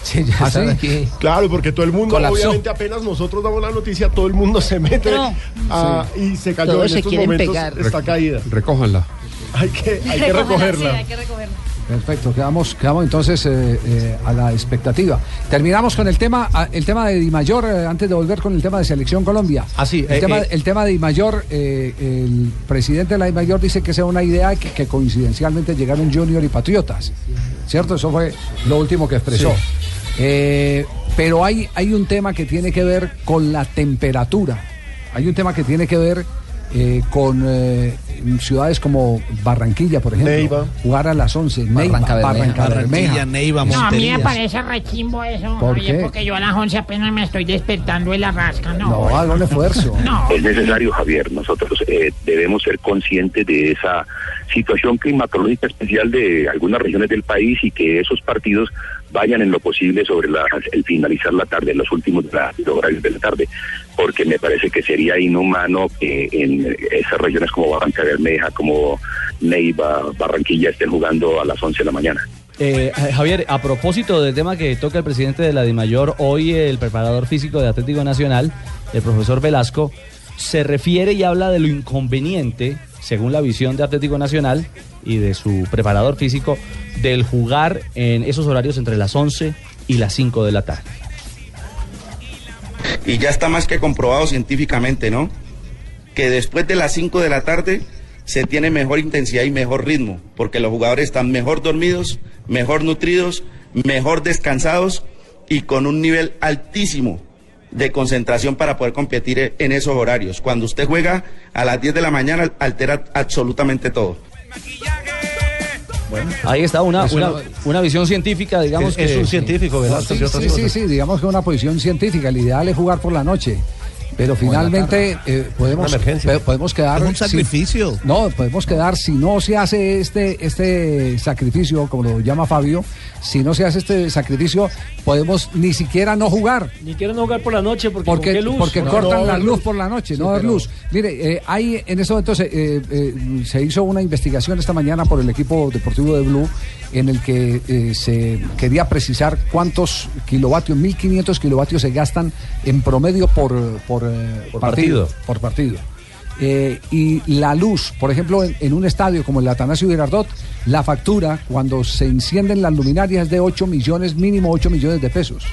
Sí, ya
¿Ah, sí?
están aquí.
Claro, porque todo el mundo,
Colapsó.
obviamente apenas nosotros damos la noticia, todo el mundo se mete
No.
ah,
Sí.
y se cayó.
Todos
en
se
estos
quieren
momentos
pegar.
Está caída.
Recójanla.
Hay que, hay
Recójanla, sí,
que recogerla.
hay que recogerla.
Perfecto, quedamos, quedamos entonces eh, eh, a la expectativa. Terminamos con el tema, ah, el tema de Di Mayor, eh, antes de volver con el tema de Selección Colombia.
Así,
eh,
el, tema, el tema de Di Mayor, eh, el presidente de la Di Mayor dice que sea una idea que, que coincidencialmente llegaron Junior y Patriotas. ¿Cierto? Eso fue lo último que expresó.
Sí.
Eh, pero hay, hay un tema que tiene que ver con la temperatura. Hay un tema que tiene que ver eh, con eh, ciudades como Barranquilla, por ejemplo.
Neiva.
Jugar a las 11. Neiva,
Barranca Bermeja.
Barranca
Barranquilla,
Bermeja.
Neiva,
Eso-
Montería.
No, a mí me
Monterías.
parece rechimbo eso,
¿Por
Javier,
qué?
porque yo a las 11 apenas me estoy despertando de la rasca, ¿no?
Ah, No, haga un esfuerzo.
No.
Es necesario, Javier, nosotros eh, debemos ser conscientes de esa situación climatológica especial de algunas regiones del país y que esos partidos vayan en lo posible sobre la- el finalizar la tarde, los últimos de la- horarios de la tarde, porque me parece que sería inhumano que en esas regiones como Barranca Bermeja, como Neiva, Barranquilla estén jugando a las 11 de la mañana.
Eh, Javier, a propósito del tema que toca el presidente de la DIMAYOR, hoy el preparador físico de Atlético Nacional, el profesor Velasco, se refiere y habla de lo inconveniente, según la visión de Atlético Nacional y de su preparador físico, del jugar en esos horarios entre las 11 y las 5 de la tarde.
y ya está más que comprobado científicamente, ¿no? Que después de las 5 de la tarde se tiene mejor intensidad y mejor ritmo, porque los jugadores están mejor dormidos, mejor nutridos, mejor descansados y con un nivel altísimo de concentración para poder competir e- en esos horarios. Cuando usted juega a las 10 de la mañana altera absolutamente todo.
Ahí está una,
Eso
una,
no-
una visión científica, digamos.
Es- es un científico,
No, sí, sí, sí, sí, digamos que una posición científica. El ideal es jugar por la noche. Pero
en la
finalmente eh, podemos,
Una emergencia.
pe- podemos quedar.
Es un
sin-
sacrificio.
no, podemos quedar, si no se hace este, este sacrificio, como lo llama Fabio, si no se hace este sacrificio, podemos ni siquiera no jugar.
Ni quieren jugar por la noche porque, ¿con
Porque,
qué luz?
porque
No,
cortan
no,
la
no,
luz por la noche,
Sí,
no dar
pero-
luz. Mire, eh, hay en este momento se, eh, eh, se hizo una investigación esta mañana por el equipo deportivo de Blue en el que eh, se quería precisar cuántos kilovatios, 1.500 kilovatios se gastan en promedio por, eh, por, eh,
Por partido.
Por partido. Eh, y la luz, por ejemplo, en, en un estadio como el Atanasio Girardot, la factura cuando se encienden las luminarias es de 8 millones, mínimo 8 millones de pesos.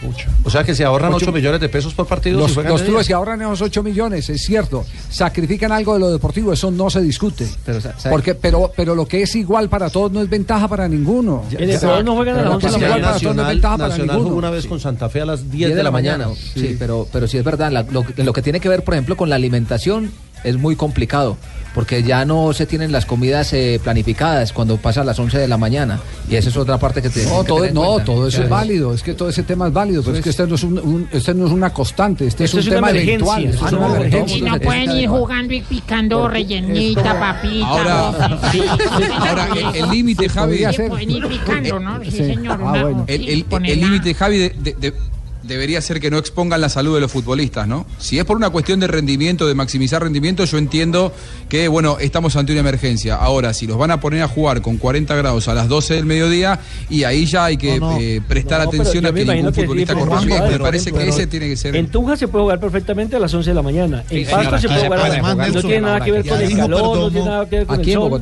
O sea que se ahorran
Ocho-
8 millones de pesos por partido. si
Los,
juegan
los
de
clubes
día.
que ahorran esos 8 millones, es cierto, sacrifican algo de lo deportivo, eso no se discute.
Pero,
Porque, pero, pero lo que es igual para todos no es ventaja para ninguno.
En Ecuador no juegan a las
Pero
11 de la
igual
mañana.
para todos no
Nacional-
es ventaja para
Nacional
ninguno.
jugó una vez con Santa Fe a las
10 de la mañana.
Sí.
Sí, pero, pero sí es verdad. la- lo, lo que tiene que ver, por ejemplo, con la alimentación es muy complicado. Porque ya no se tienen las comidas eh, planificadas cuando pasa a las 11 de la mañana. Y esa es otra parte que tiene
No,
que
todo,
tener en
no
cuenta.
todo eso es
Claro.
válido, es que todo ese tema es válido, pero es que este no es, un- un- este no es una constante, este es
Esto
un
es una
tema
emergencia,
eventual.
esto
Ah,
es
no,
una
no, no,
emergencia.
Y
no,
no
no,
pueden
no,
ir
no.
jugando y picando rellenita, papita.
Ahora,
cosas,
sí, sí,
cosas,
Ah,
ahora
cosas.
el- el límite, Javi.
Sí, pueden ir picando, ¿no? Sí,
Sí.
señor.
Ah,
una-
bueno.
sí,
El- El el
ponerla-
límite, Javi, de- de- de- debería ser que no expongan la salud de los futbolistas, ¿no? Si es por una cuestión de rendimiento, de maximizar rendimiento, yo entiendo que, bueno, estamos ante una emergencia. Ahora, si los van a poner a jugar con 40 grados a las 12 del mediodía, y ahí ya hay que eh, prestar
No, pero
atención
yo
a
me
que
imagino
ningún
que sí,
futbolista
pero
corra
Juanjo,
riesgo. Me
pero-
parece que
pero-
ese tiene que ser...
En Tunja se puede jugar perfectamente a las 11 de la mañana.
Sí,
En Pasto
señora,
se
aquí
puede
se
jugar. a
puede
las-
jugar,
no
Nelson,
tiene nada que ver
Ya
con el
dijo
calor, no
Perdomo-
tiene nada que ver con el sol.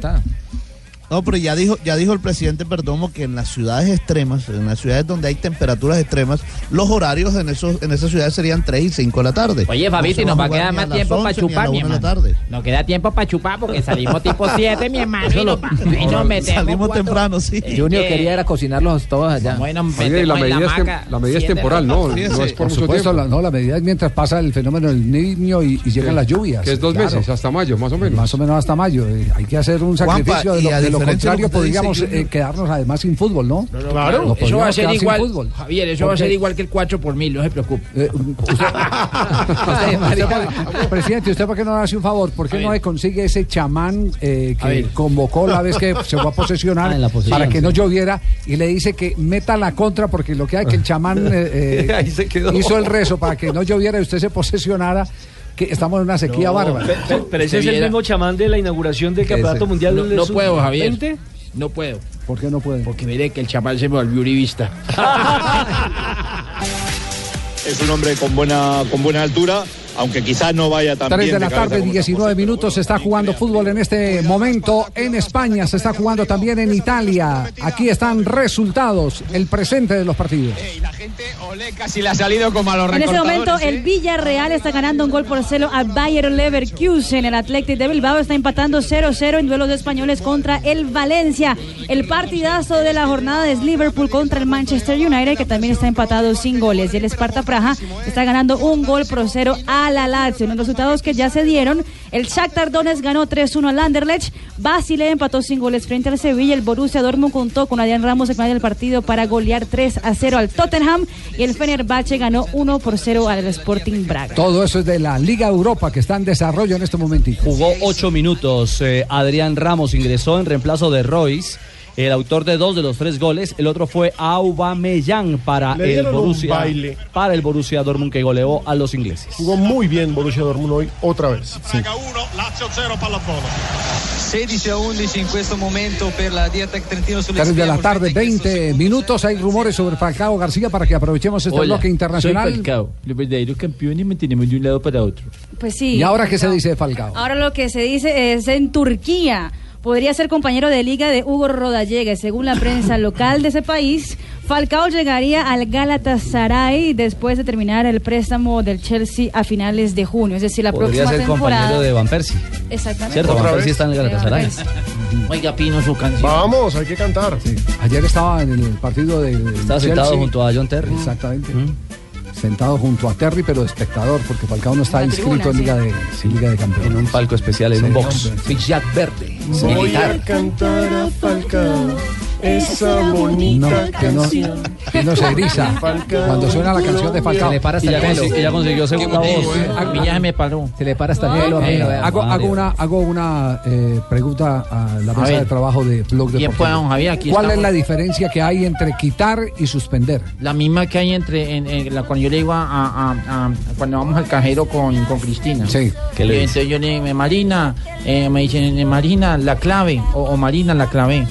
No, pero ya dijo, ya dijo el presidente Perdomo que en las ciudades extremas, en las ciudades donde hay temperaturas extremas, los horarios en esos, en esas ciudades serían 3 y 5 de la tarde.
Oye, Fabito, y
No se
nos
va
va a
jugar
quedar
ni
más
las
tiempo para
11 ni a la
chupar, mi
1 de la
hermano.
tarde.
Nos queda tiempo para chupar porque salimos tipo 7, mi hermano. y nos va- y nos metemos
Salimos
cuatro-
temprano, sí.
Eh,
Junior
eh,
quería ir a cocinarlos todos allá.
Bueno,
Oye, y la medida, es, tem- la medida es temporal, ¿no?
Sí,
no
sí.
es por,
Por
mucho
supuesto,
tiempo. La, no, la medida es mientras pasa el fenómeno del niño y, y llegan
Sí.
las lluvias.
Que es dos meses, hasta mayo, más o menos.
Más o menos hasta mayo. eh, hay que hacer un
Juanpa,
sacrificio. de
y
lo-
a
de lo,
diferencia de lo
contrario,
que te dice
podríamos eh,
Junior.
quedarnos además sin fútbol, ¿no?
no, Claro.
Nos
Eso
podríamos
va a ser
quedar sin
igual,
fútbol.
Javier, eso va a
Porque,
ser igual que el 4 por mil, no se preocupe.
eh, usted- usted- presidente, ¿usted por qué no hace un favor? ¿Por qué no le consigue ese chamán eh,
A
que
ver.
convocó la vez que se fue a posesionar
Ah, en la posesión,
para que
sí.
no lloviera y le dice que meta la contra porque lo que hay que el chamán eh, eh,
Ahí se quedó.
hizo el rezo para que no lloviera y usted se posesionara. que estamos en una sequía bárbara.
Pe- pe- Pero ese es el mismo chamán de la inauguración del Campeonato Mundial
No-
del
no puedo, Javier.
No puedo.
¿Por qué no puede?
Porque mire que el chaval se me volvió uribista.
Es un hombre con buena, con buena altura, aunque quizás no vaya tan
3
bien.
de la
cabeza
tarde,
como
19 minutos. Se está jugando fútbol en este momento en España. Se está jugando también en Italia. Aquí están resultados, el presente de los partidos.
Casi le ha salido como a los
En este
recortadores,
momento,
¿eh?
el Villarreal está ganando un gol por cero al Bayer Leverkusen. El Athletic de Bilbao está empatando 0-0 en duelos de españoles contra el Valencia. El partidazo de la jornada es Liverpool contra el Manchester United, que también está empatado sin goles. Y el Sparta Praja está ganando un gol por cero a la Lazio. En los resultados que ya se dieron, el Shakhtar Donetsk ganó 3-1 al Anderlecht. Basile empató sin goles frente al Sevilla. El Borussia Dortmund contó con Adrián Ramos en final del partido para golear 3-0 al Tottenham. Y el Fenerbahce ganó 1-0 al Sporting Braga.
Todo eso es de la Liga Europa que está en desarrollo en este momento.
Jugó ocho minutos. eh, Adrián Ramos ingresó en reemplazo de Royce, el autor de dos de los tres goles. El otro fue Aubameyang para
Le
el
dieron un
Borussia,
baile.
para el Borussia Dortmund que goleó a los ingleses.
Jugó muy bien Borussia Dortmund hoy, otra vez.
Lazio 0 pallavolo.
16 a 11 in questo momento per la Diatec Trentino sulle
3 de
Sfere.
la tarde, 20 minutos. Hay rumores sobre Falcao García para que aprovechemos este bloque
Soy
internacional.
Falcao. Los
pues,
verdaderos campeones mantenemos de un lado para otro.
Pues sí.
¿Y ahora qué se dice de Falcao?
Ahora lo que se dice es en Turquía. Podría ser compañero de liga de Hugo Rodallega. Según la prensa local de ese país, Falcao llegaría al Galatasaray después de terminar el préstamo del Chelsea a finales de junio. Es decir, la
Podría
próxima
ser
temporada.
compañero de Van Persie.
Exactamente.
¿Cierto? Van Persie está en el Galatasaray.
Oiga, Pino, su canción.
Vamos, pues, hay que cantar.
Ayer estaba en el partido de.
Estaba sentado junto a John Terry. ¿Mm?
Exactamente. Sentado junto a Terry, pero de espectador, porque Falcao no está
En la
inscrito
tribuna,
en Liga, de, Liga de Campeones. En un
palco especial,
en un
box.
Jack Verde.
Voy a cantar a Falcao esa
No,
bonita
que no,
canción.
que no se eriza cuando suena la canción de Falcao.
Se le para hasta
Y
el
ya
pelo.
consi- y ya consiguió segunda voz.
A mí ya me paró. Se le para hasta el pelo. a mí,
Eh,
no vea.
hago, hago una, hago una eh, pregunta a la
A
mesa
ver.
de trabajo de Blog
Bien,
Deportivo.
pues, don Javier, aquí
¿Cuál es
estamos.
la diferencia que hay entre quitar y suspender?
La misma que hay entre en, en la, cuando yo le iba a, a- a- ah, cuando vamos al cajero con, con Cristina.
Sí.
¿Qué
Y
le
entonces yo le digo, Marina, eh, me dicen, eh, Marina, la clave, o, o Marina, la clave.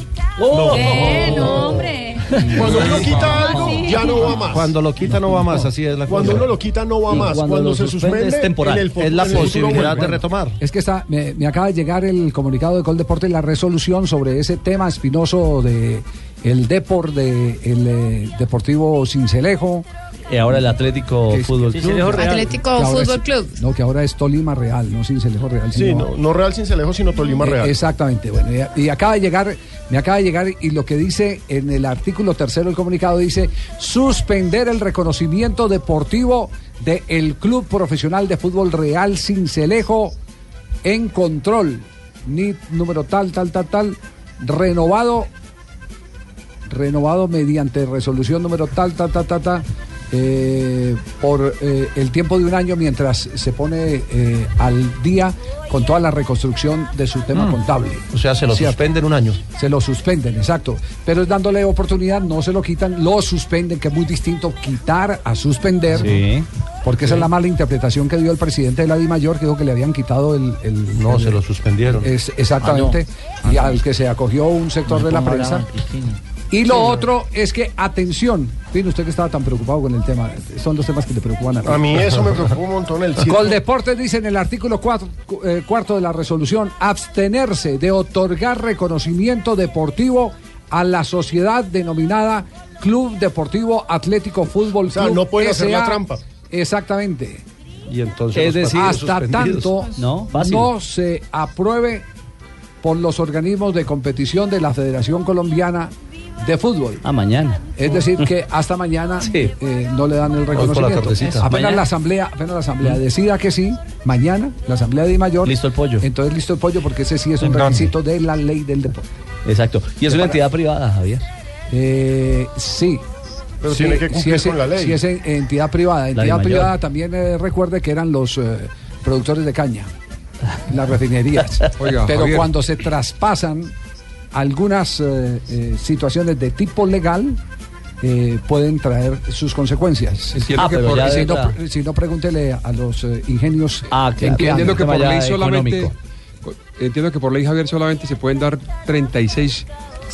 ¿Qué? No, hombre.
Cuando uno quita
Ah,
algo, ya no va más.
Cuando lo quita no va más, así es la
Cuando uno lo quita, no va
Y
más.
cuando
Cuando
lo
se
suspende,
suspende,
es temporal.
en el fu-
Es la
en el futuro
posibilidad
vuelve.
de retomar.
Es que está, me, me acaba de llegar el comunicado de Coldeporte y la resolución sobre ese tema espinoso de el Depor, de el eh, Deportivo Cincelejo.
Y eh, ahora el Atlético
que es-
Fútbol
que-
Club.
que
Atlético
ahora es-
Fútbol Club.
No, que ahora es Tolima Real, no Cincelejo Real.
Sí, no, no Real Cincelejo, sino Tolima
Eh,
Real.
Exactamente, bueno, y, y acaba de llegar, me acaba de llegar y lo que dice en el artículo tercero del comunicado dice suspender el reconocimiento deportivo del Club Profesional de Fútbol Real Cincelejo en control, NIT número tal, tal, tal, tal, renovado, renovado mediante resolución número tal, tal, tal, tal, tal. eh, por eh, el tiempo de un año mientras se pone eh, al día con toda la reconstrucción de su tema contable.
Mm. O sea, se lo
Cierto.
suspenden un año.
Se lo suspenden, exacto. Pero es dándole oportunidad, no se lo quitan, lo suspenden, que es muy distinto quitar a suspender. Porque esa es la mala interpretación que dio el presidente de la DIMAYOR, que dijo que le habían quitado el... el-
No,
el-
se lo suspendieron. Ah,
es- exactamente. Y al que se acogió un sector de la prensa. Y lo otro es que, atención, Pino, usted que estaba tan preocupado con el tema, son los temas que le preocupan a
A mí eso me preocupa un montón el circo.
Coldeportes dice en el artículo cuatro- cu- eh, cuarto de la resolución abstenerse de otorgar reconocimiento deportivo a la sociedad denominada Club Deportivo Atlético Fútbol Club.
sea, no pueden hacer la
SA.
trampa.
Exactamente.
Y entonces los partidos
hasta
suspendidos.
tanto no, se apruebe por los organismos de competición de la Federación Colombiana de Fútbol.
Ah,
A mañana.
Es decir, que hasta mañana eh, no le dan el
por la
reconocimiento.
tardecita.
apenas
Mañana. Mm.
la asamblea, apenas la asamblea decida que sí, mañana, la asamblea de mayor. Listo el pollo. Entonces listo el pollo, porque ese sí es un requisito de la ley del deporte.
Exacto. Y es una entidad privada, Ah, Javier.
Eh, sí.
Pero
Sí,
tiene que cumplir
si es,
con la ley.
Si es en- entidad privada. Entidad
DIMAYOR.
privada también eh, recuerde que eran los eh, productores de caña, las refinerías.
Oiga,
Pero
Javier.
cuando se traspasan algunas eh, eh, situaciones de tipo legal, eh, pueden traer sus consecuencias.
Entiendo Ah, que
que
pero por- ya de
si, no,
verdad.
pre- si no, pregúntele a los eh, ingenios.
Ah,
en qué
Entiendo
andan.
que por ley solamente. Entiendo que por ley, Javier, solamente se pueden dar 36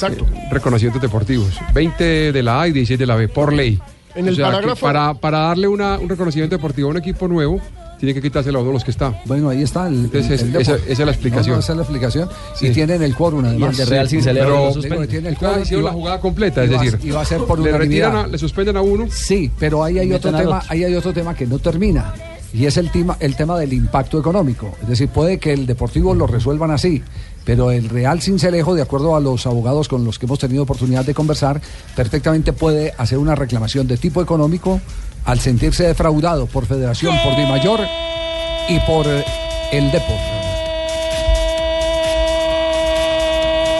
eh, reconocimientos deportivos. 20 eh, de la A y 16 de la B, por ley.
En el
o sea, que
parágrafo-
para, para darle una- un reconocimiento deportivo a un equipo nuevo, tiene que quitárselo a uno de los que está.
Bueno, ahí está.
Entonces,
el
es- esa,
deporte.
esa es la explicación.
No, no, esa es la explicación.
Sí.
Y tienen el quórum, además.
el de Real
Sí,
Sincelejo
pero-
lo
digo,
suspenden.
tiene el
Claro,
quórum.
hicieron
y
la
va-
jugada completa,
y
es
va-
decir,
Y va a ser por
le
unanimidad.
retiran a- le suspenden a uno.
Sí, pero ahí hay
Y
otro
meten al
tema,
otro.
ahí hay otro tema que no termina. Y es el tema, el tema del impacto económico. Es decir, puede que el Deportivo lo resuelvan así, pero el Real Cincelejo, de acuerdo a los abogados con los que hemos tenido oportunidad de conversar, perfectamente puede hacer una reclamación de tipo económico al sentirse defraudado por Federación, por Di Mayor y por eh, el Depo.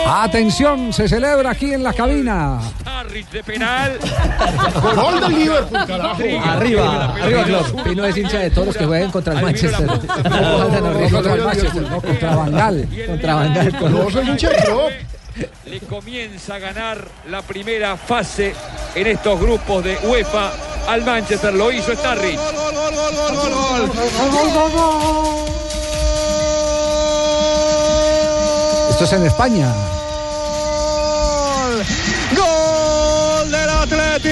Atención, se celebra aquí en la cabina.
Harris de penal.
Gol del Liverpool,
carajo.
Arriba, arriba,
Klopp. Pino es hincha de todos los que juegan contra el Manchester.
No contra el Manchester, no, contra Bangal.
Contra Van Gaal.
Le comienza a ganar la primera fase en estos grupos de UEFA al Manchester. Lo hizo Starry.
Esto es en España.
Gol del Athletic.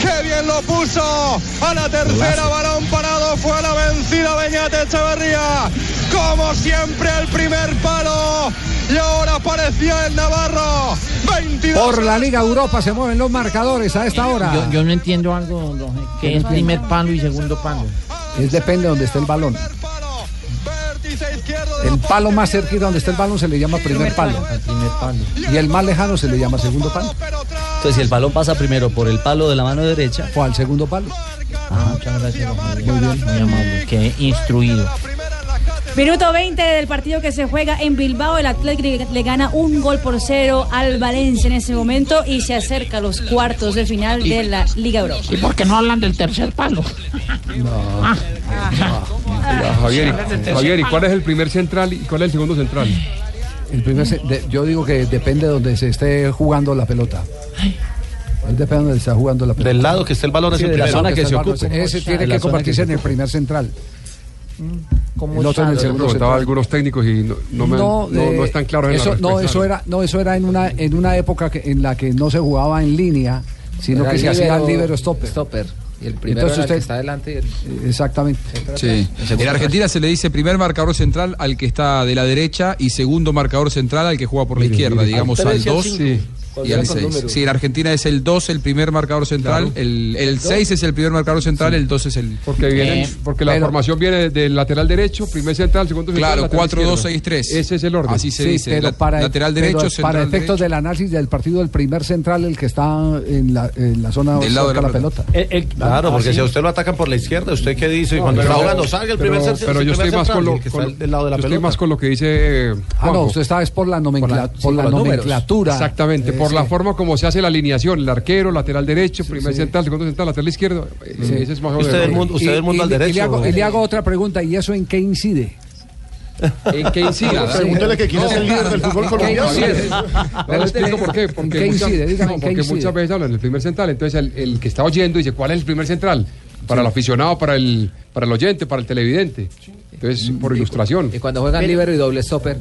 Qué bien lo puso. A la tercera balón parado fue a la vencida Beñate Echeverría. Como siempre el primer palo. Y ahora aparecía el Navarro. 22
Por la Liga Europa se mueven los marcadores a esta hora.
Yo, yo no entiendo algo, don Jorge, que es primer palo y segundo palo.
Es depende de donde esté el balón. El palo más cerquita donde está el balón se le llama primer palo. Y el más lejano se le llama segundo palo.
Entonces, si el balón pasa primero por el palo de la mano derecha. Ah,
O al segundo palo.
muchas gracias, don Jorge. Muy bien, muy amable. Qué instruido.
Minuto 20 del partido que se juega en Bilbao. El Atlético le gana un gol por cero al Valencia en ese momento y se acerca a los cuartos de final de la Liga Europa.
¿Y por qué no hablan del tercer palo? Ah,
Ah, Javier, y- Javier, ¿y cuál es el primer central y cuál es el segundo central?
El primer se- de- yo digo que depende de donde se esté jugando la pelota. Él depende de donde se está jugando la pelota.
Del lado que esté el balón es el
del
primero.
lado
Zona que
está
se
el balón.
ocupe.
Ese
De
tiene
la
que
zona
convertirse
que
en
se
el
ocupe.
primer central.
Mm,
El otro en el segundo preguntaba a algunos técnicos y no, no me han- no-
eh,
no están claros en la
eso, no,
respuesta.
eso era, no, eso era en una, en una época que- en la que no se jugaba en línea, sino
Era
que se
líbero-
hacía libero stopper.
Y el primero
Entonces
era el que
usted-
está adelante. y el-
Exactamente.
Sí. En Argentina se le dice primer marcador central al que está de la derecha y segundo marcador central al que juega por la izquierda,
mire.
digamos
Al
al
tres y al
2
cinco.
y
Cuando
al
era con
6.
número.
Sí, en Argentina es el 2 el primer marcador central, el
Dos.
6 es el primer marcador central, el 2 es el...
Porque,
Eh,
viene, porque la formación viene del lateral derecho, primer central, segundo central.
Claro,
lateral
4, 2,
izquierdo.
6, 3.
Ese es el orden.
Así se
Sí,
dice.
pero
la-
para, e-
lateral
pero
derecho,
para
central
efectos del análisis del partido, el primer central, el que está en la, en la zona
Del
donde
lado
toca
de la
la pelota.
Claro, porque
Ah, sí.
si a usted lo atacan por la izquierda, ¿usted qué dice? Y Eh,
No,
cuando
pero-
está jugando, salga el
pero-
primer central.
Pero yo
el primer
estoy más con
central,
lo,
el que
con-
está del lado de la
yo estoy
pelota.
más con lo que dice.
Ah, no,
Juanjo.
usted está es por la, nomencla-
Sí,
por la
los números.
nomenclatura.
Exactamente,
Eh,
por
sí.
la forma como se hace la alineación, el arquero, lateral derecho, primer
sí.
central, segundo central, lateral izquierdo. eh,
Sí.
Ese es más o
Usted
menos.
del mundo- usted
Y-
del mundo
y-
al
y le
Y le
derecho.
hago, y le hago otra pregunta, ¿y eso en qué incide?
¿En qué incida?
Pregúntale que quién es el líder del fútbol
¿En qué
colombiano.
incide?
No,
Le explico
usted-
por qué.
¿en
Porque,
qué
muchas-
incide? Dígame,
no,
¿en qué
porque
incide?
muchas veces hablan del primer central. Entonces, el, el que está oyendo dice, ¿cuál es el primer central? Para el aficionado, para el, para el oyente, para el televidente. Entonces, por ilustración.
Y cuando juegan
Pero-
libero y doble stopper.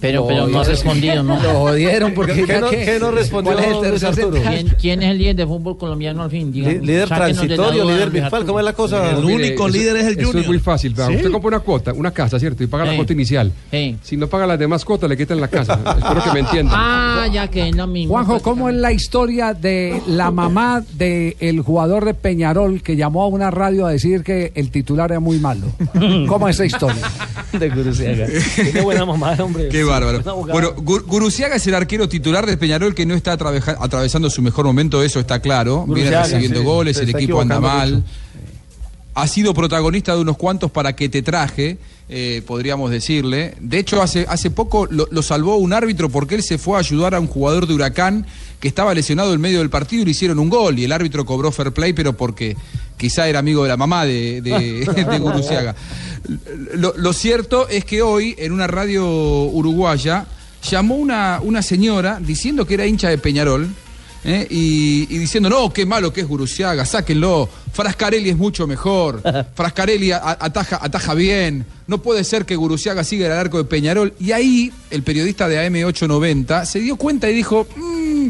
pero- pero
Lo
no ha
jodieron.
respondido, ¿no?
Lo jodieron porque
¿Qué
ya
no-
que-
qué no respondió
¿Cuál es el tercer
Luis Arturo?
central?
¿Quién, quién es el líder de fútbol colombiano al fin? Díganos,
Líder
sáquenos de la
transitorio,
duda,
líder
Luis
virtual,
Arturo.
¿cómo es la cosa?
Mire, eso- eso es muy fácil. vea,
Sí.
Usted compra una cuota, una casa, ¿cierto? Y paga la
Sí.
cuota inicial. Si no paga las demás cuotas, le quitan la casa. Espero que me entiendan.
Ah, ya que es lo mismo.
Juanjo, ¿cómo es la historia de la mamá del jugador de Peñarol que llamó a una radio a decir que el titular era muy malo? ¿Cómo es esa historia?
de Guruciaga. Qué buena mamada, hombre.
Qué bárbaro.
Buena abogada.
Bueno, Gur- Guruciaga es el arquero titular del Peñarol que no está atraveja- atravesando su mejor momento, eso está claro. Viene
Guruciaga,
recibiendo
sí,
goles,
se
el
está
equipo anda
equivocando
mal. Ha sido protagonista de unos cuantos para que te traje, eh, podríamos decirle. De hecho, hace, hace poco lo, lo salvó un árbitro porque él se fue a ayudar a un jugador de Huracán que estaba lesionado en medio del partido y le hicieron un gol. Y el árbitro cobró fair play, pero porque quizá era amigo de la mamá de, de, de Guruciaga. Lo, lo cierto es que hoy, en una radio uruguaya, llamó una, una señora diciendo que era hincha de Peñarol ¿eh? y, y diciendo, no, qué malo que es Guruciaga, sáquenlo. Frascarelli es mucho mejor. Frascarelli a- ataja, ataja bien. No puede ser que Guruciaga siga en el arco de Peñarol. Y ahí el periodista de AM890 se dio cuenta y dijo, "Mm,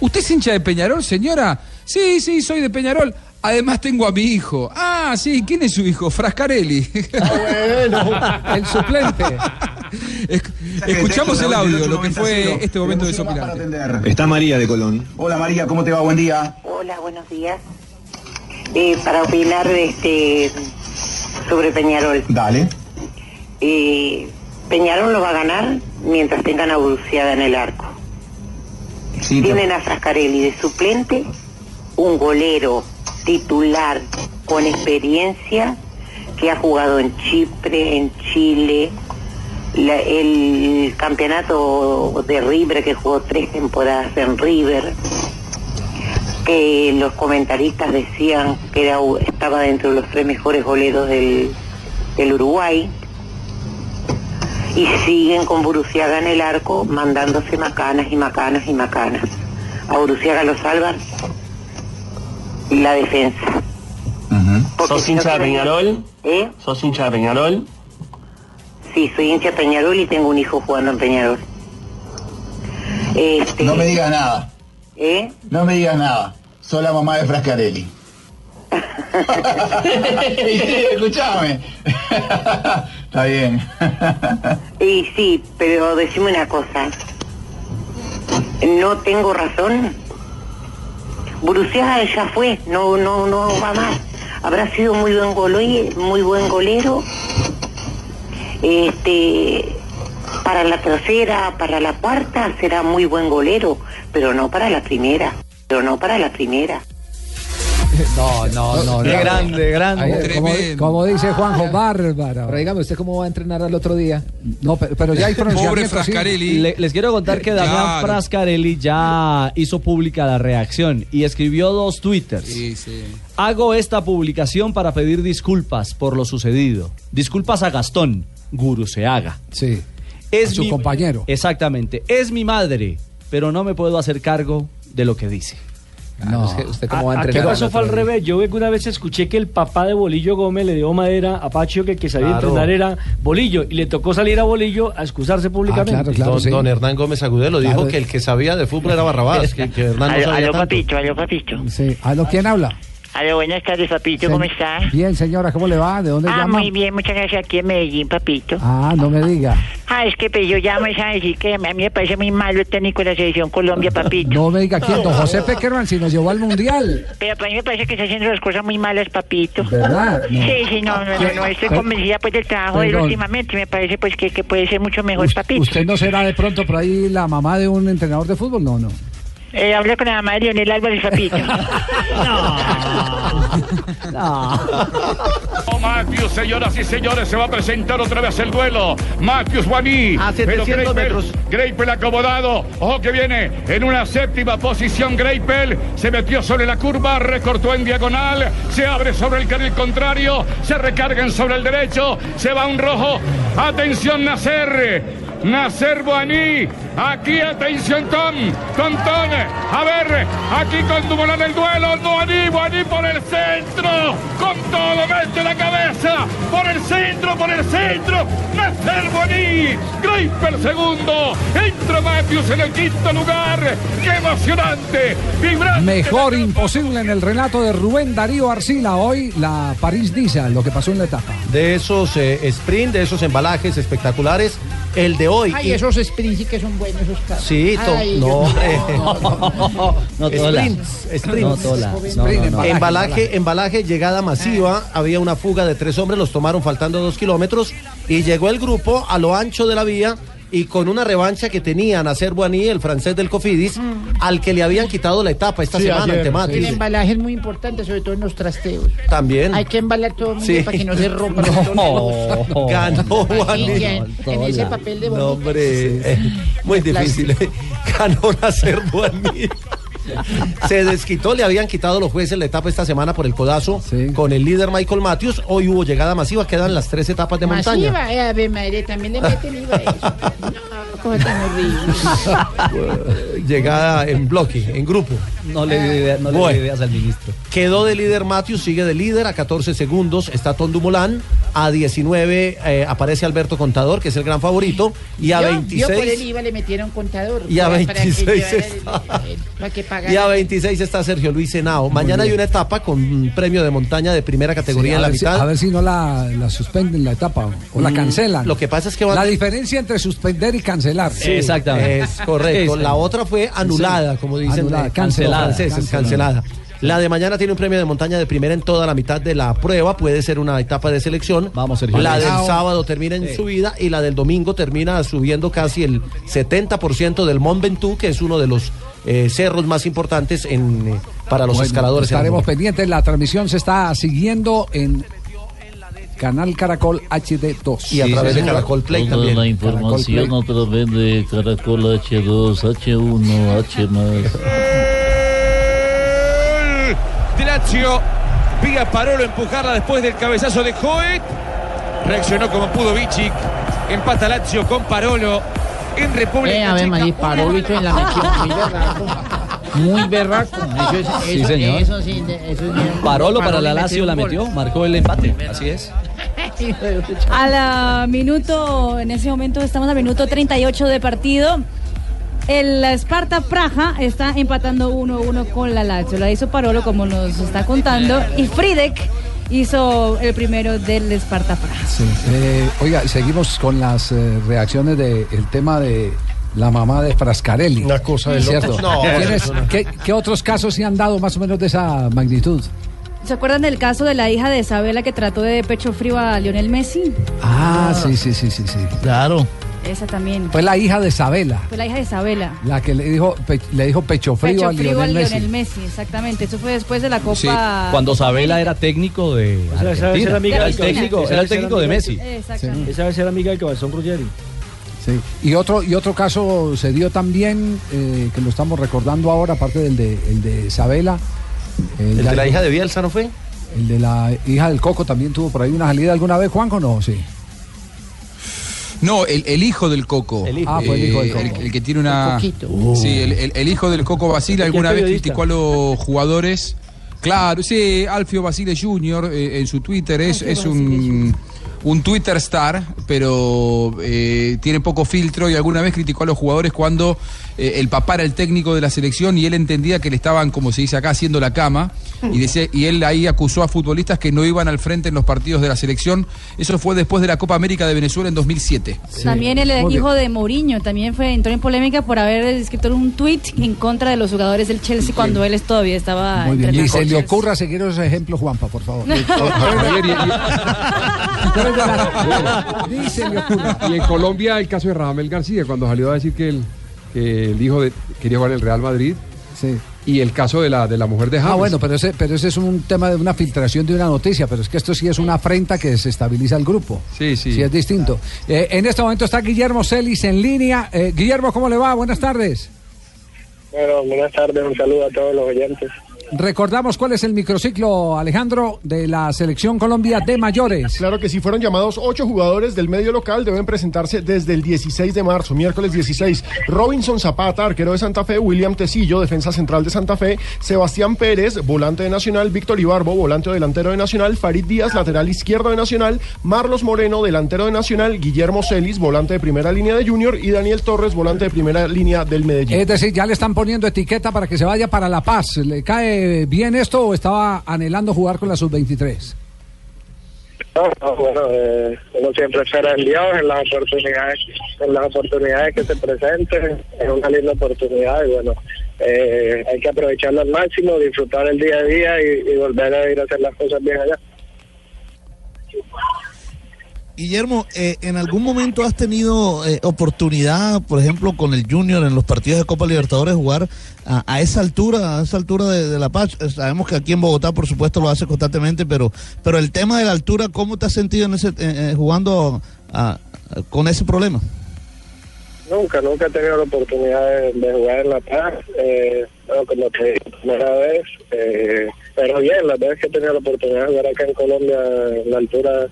¿usted es hincha de Peñarol, señora? Sí, sí, soy de Peñarol. Además tengo a mi hijo. Ah, sí, ¿quién es su hijo? Frascarelli.
el suplente.
Escuchamos el audio, lo que fue este momento desopilante.
Está María de Colón. Hola María, ¿cómo te va? Buen día.
Hola, buenos días. Eh, para opinar este, sobre Peñarol.
Dale.
Eh, Peñarol lo va a ganar mientras tengan a Bruciada en el arco.
Sí, te-
Tienen a Frascarelli de suplente, un golero titular con experiencia que ha jugado en Chipre, en Chile, la- el campeonato de River que jugó tres temporadas en River, que los comentaristas decían que era u- estaba dentro de los tres mejores goleros del, del Uruguay. Y siguen con Buruciaga en el arco, mandándose macanas y macanas y macanas. A Buruciaga lo salvan la defensa.
¿Sos hincha de Peñarol?
¿Eh?
¿Sos hincha de Peñarol?
Sí, soy hincha de Peñarol y tengo un hijo jugando en Peñarol. Este,
No me digas nada.
¿Eh?
No me digas nada. Soy la mamá de Frascarelli. Y sí, escuchame. Está bien.
Y sí, pero decime una cosa. No tengo razón. Bruciaga ya fue, no, no, no va más. Habrá sido muy buen golero, muy buen golero. Este, para la tercera, para la cuarta será muy buen golero, pero no para la primera, pero no para la primera.
No, no, no.
Qué
no.
grande, grande.
como,
Tremendo. eh, como dice Juanjo, bárbara.
Pero dígame, ¿usted cómo va a entrenar al otro día?
No, pero, pero ya hay pronunciamiento. sí.
Le- les quiero contar que Damián
Claro.
Frascarelli ya hizo pública la reacción y escribió dos twitters. Hago esta publicación para pedir disculpas por lo sucedido. Disculpas a Gastón, Guru se haga.
Sí.
Es
A su compañero.
Exactamente. Es mi madre, pero no me puedo hacer cargo de lo que dice.
No, es que usted cómo va a
¿A qué
entrenar.
caso fue al revés? Yo una vez escuché que el papá de Bolillo Gómez le dio madera a Pacho que el que sabía
Claro.
entrenar era Bolillo y le tocó salir a Bolillo a excusarse públicamente.
don, don Hernán Gómez Agudelo dijo que el que sabía de fútbol era Barrabás, que, que Hernán no
Aló,
sabía
aló,
tanto.
papicho, aló, papicho.
Sí. ¿Aló quién habla?
Aló, buenas tardes, papito, ¿cómo está?
Bien, señora, ¿cómo le va? ¿De dónde
Ah,
llama?
muy bien, muchas gracias, aquí en Medellín, papito.
Ah, no me diga.
Ah, es que pues, yo llamo es a decir que a mí me parece muy malo el técnico de la selección Colombia, papito.
No me diga quién, don José Peckerman, si nos llevó al mundial.
Pero para mí me parece que está haciendo las cosas muy malas, papito.
¿Verdad? No.
Sí, sí, no, no, no, no, estoy
Pero-
convencida pues del trabajo de él
Perdón.
últimamente, me parece pues que, que puede ser mucho mejor, papito.
¿Usted no será de pronto por ahí la mamá de un entrenador de fútbol? No, no.
Eh, hablé con la mamá de Leonel Álvarez, papito.
Oh, Matthews, señoras y señores, se va a presentar otra vez el duelo. Matthews Guaní.
A 700 metros.
Greipel acomodado. Ojo que viene en una séptima posición. Greipel se metió sobre la curva, recortó en diagonal, se abre sobre el carril contrario, se recargan sobre el derecho, se va un rojo. Atención, Nacer. Nacer Boaní, aquí atención Tom, con Tom, a ver, aquí con Dumoulin el duelo, Boaní, Boaní por el centro, con todo, mete la cabeza, por el centro, por el centro, Nacer Boaní, Graper segundo, entra Matthews en el quinto lugar, qué emocionante, vibrante.
Mejor imposible en el relato de Rubén Darío Arcila. Hoy la París-Niza, lo que pasó en la etapa.
De esos eh, sprint, de esos embalajes espectaculares, el de hoy.
Ay,
Y-
esos sprints sí que son buenos, esos carros.
Sí, to-
Ay,
no,
yo-
hombre.
No, Tola.
sprints, sprints.
No, Tola. No, no, no.
Embalaje,
Embalaje.
embalaje, embalaje, llegada masiva. Había una fuga de tres hombres, los tomaron faltando dos kilómetros. Y llegó el grupo a lo ancho de la vía y con una revancha que tenían a Buaní, el francés del Cofidis, al que le habían quitado la etapa esta
Mm. Sí,
semana,
ayer,
ante Matis.
El embalaje es muy importante, sobre todo en los trasteos.
También.
Hay que embalar todo el mundo
Sí.
para que no se rompa. los toneros.
No, ganó
Así
Juan
que en-
Luis.
en ese papel de
No,
bonito.
hombre, eh, muy difícil. eh. Ganó Nacer Buaní. Se desquitó, le habían quitado los jueces la etapa esta semana por el codazo con el líder Michael Matthews. Hoy hubo llegada masiva, quedan las tres etapas de montaña.
Masiva, eh, Ave Madre, también le meten IVA a eso. No, cosa tan horrible.
Llegada en bloque, en grupo.
No le dio idea- no le dio ideas
al ministro. Quedó de líder Matthews, sigue de líder a 14 segundos. Está Tom Dumoulin. A 19 eh, aparece Alberto Contador, que es el gran favorito. Y a
Yo- Yo, por
26.
el IVA le metieron contador.
Y a
para-
26
Para que,
está.
llevara el- para que pagara.
Y a 26 está Sergio Luis Senao. Mañana hay
bien.
una etapa con un premio de montaña de primera categoría
Sí, a,
en la
ver si,
mitad.
a ver si no la, la suspenden la etapa o, o la
Mm,
cancelan.
lo que pasa es que van-
La diferencia entre suspender y cancelar.
Sí, exactamente. Es correcto. La otra fue anulada, como dicen
Anulada,
eh,
cancelada,
los franceses,
cancelada.
cancelada. La de mañana tiene un premio de montaña de primera en toda la mitad de la prueba. Puede ser una etapa de selección. Vamos,
Sergio.
La del
Vale.
sábado termina en
Sí.
subida y la del domingo termina subiendo casi el 70% del Mont Ventoux, que es uno de los eh, cerros más importantes en, eh, para los
Bueno,
escaladores. en el
Estaremos
mundo.
pendientes. La transmisión se está siguiendo en Canal Caracol HD2.
Y a través de Caracol Play
Toda
también.
la
Caracol Play.
información a través de Caracol H2, H1, H
de Lazio. Vía Parolo empujarla después del cabezazo de Joet. Reaccionó como pudo Vichic. Empata Lazio con Parolo en República
Eh, Ave
Checa.
María, Parolito en la metió, muy berraco. Muy berraco. Eso es,
Sí,
eso,
señor.
Eso, sí, de- eso es bien.
Parolo para la
le
Lazio la
un gol.
metió, marcó el empate. Así es.
A la minuto, en ese momento estamos a minuto 38 de partido. El Sparta Praja está empatando 1-1 con la Lazio. La hizo Parolo, como nos está contando. Y Fridek hizo el primero del Sparta Praja.
Sí. Eh, oiga, seguimos con las eh, reacciones del tema de la mamá de Frascarelli. Una cosa
de locos.
¿Cierto?
No,
¿Tienes-
eso no.
qué, qué otros casos se han dado más o menos de esa magnitud?
¿Se acuerdan del caso de la hija de Isabela que trató de pecho frío a Lionel Messi?
Ah, sí, sí, sí, sí, sí. Claro.
Esa también.
Fue la hija de Isabela,
Fue la hija de Isabela.
la que le dijo, pe- le dijo pecho frío,
Pecho
a
frío a
Lionel Messi.
Lionel Messi. exactamente. Eso fue después de la Copa.
Cuando Sabela era técnico de
sea, esa
Argentina.
era amiga
Era el
del Cabezón.
técnico,
Esa
era el
esa era
técnico de
amiga
Messi.
del-
Ah,
Exactamente.
Esa vez era amiga del Cabezón Ruggeri.
Sí. Y otro, y otro caso se dio también, eh, que lo estamos recordando ahora, aparte del de, el de Isabela. eh,
¿El
ya
de la
digo,
hija de Bielsa no fue?
El de la hija del Coco también tuvo por ahí una salida alguna vez, Juanjo, ¿no? Sí.
No, el, el hijo del Coco.
hijo. Ah, fue el hijo del
Eh,
Coco.
el- el que tiene una.
El Coquito.
Sí, el, el- el hijo del Coco Basile
El que
alguna
es
vez
periodista.
criticó a los jugadores. Claro, sí, Alfio Basile Jr. eh, en su Twitter es, es un. Un Twitter star, pero eh, tiene poco filtro y alguna vez criticó a los jugadores cuando eh, el papá era el técnico de la selección y él entendía que le estaban, como se dice acá, haciendo la cama. Y, decía- y él ahí acusó a futbolistas que no iban al frente en los partidos de la selección. Eso fue después de la Copa América de Venezuela en 2007.
También el hijo de Mourinho también fue entró en polémica por haber escrito un tweet en contra de los jugadores del Chelsea cuando él es- todavía
Ah,
estaba
Muy bien.
entrenando.
Y se le ocurra seguir esos ejemplos, Juanpa, por favor.
Y en Colombia el caso de Ramel García, cuando salió a decir que el, que el hijo de- quería jugar en el Real Madrid. Y el caso de la, de la mujer de James.
Ah, bueno, pero ese, pero ese es un tema de una filtración de una noticia, pero es que esto sí es una afrenta que desestabiliza el grupo.
Sí, sí.
Sí, es distinto. Eh, en este momento está Guillermo Celis en línea. Eh, Guillermo, ¿cómo le va? Buenas tardes.
Bueno, buenas tardes, un saludo a todos los oyentes.
Recordamos cuál es el microciclo, Alejandro, de la selección Colombia de mayores.
Claro que si fueron llamados ocho jugadores del medio local, deben presentarse desde el 16 de marzo, miércoles 16. Robinson Zapata, arquero de Santa Fe, William Tecillo, defensa central de Santa Fe, Sebastián Pérez, volante de Nacional, Víctor Ibarbo, volante o delantero de Nacional, Farid Díaz, lateral izquierdo de Nacional, Marlos Moreno, delantero de Nacional, Guillermo Celis, volante de primera línea de Junior y Daniel Torres, volante de primera línea del Medellín.
Es decir, ya le están poniendo etiqueta para que se vaya para La Paz. ¿Le cae bien esto o estaba anhelando jugar con la sub-23?
No, no, bueno, eh, uno siempre espera en Dios, en las oportunidades, en las oportunidades que se presenten, es una linda oportunidad y bueno, eh, hay que aprovecharlo al máximo, disfrutar el día a día y, y volver a ir a hacer las cosas bien allá.
Guillermo, eh, ¿en algún momento has tenido eh, oportunidad, por ejemplo, con el Junior en los partidos de Copa Libertadores, jugar a, a esa altura, a esa altura de, de La Paz? Eh, Sabemos que aquí en Bogotá, por supuesto, lo hace constantemente, pero, pero el tema de la altura, ¿cómo te has sentido en ese, eh, eh, jugando a- a- con ese problema?
Nunca, nunca he tenido la oportunidad de, de jugar en La Paz, eh, bueno, como te dije, primera vez, eh, pero bien, las veces que he tenido la oportunidad de jugar acá en Colombia, en la altura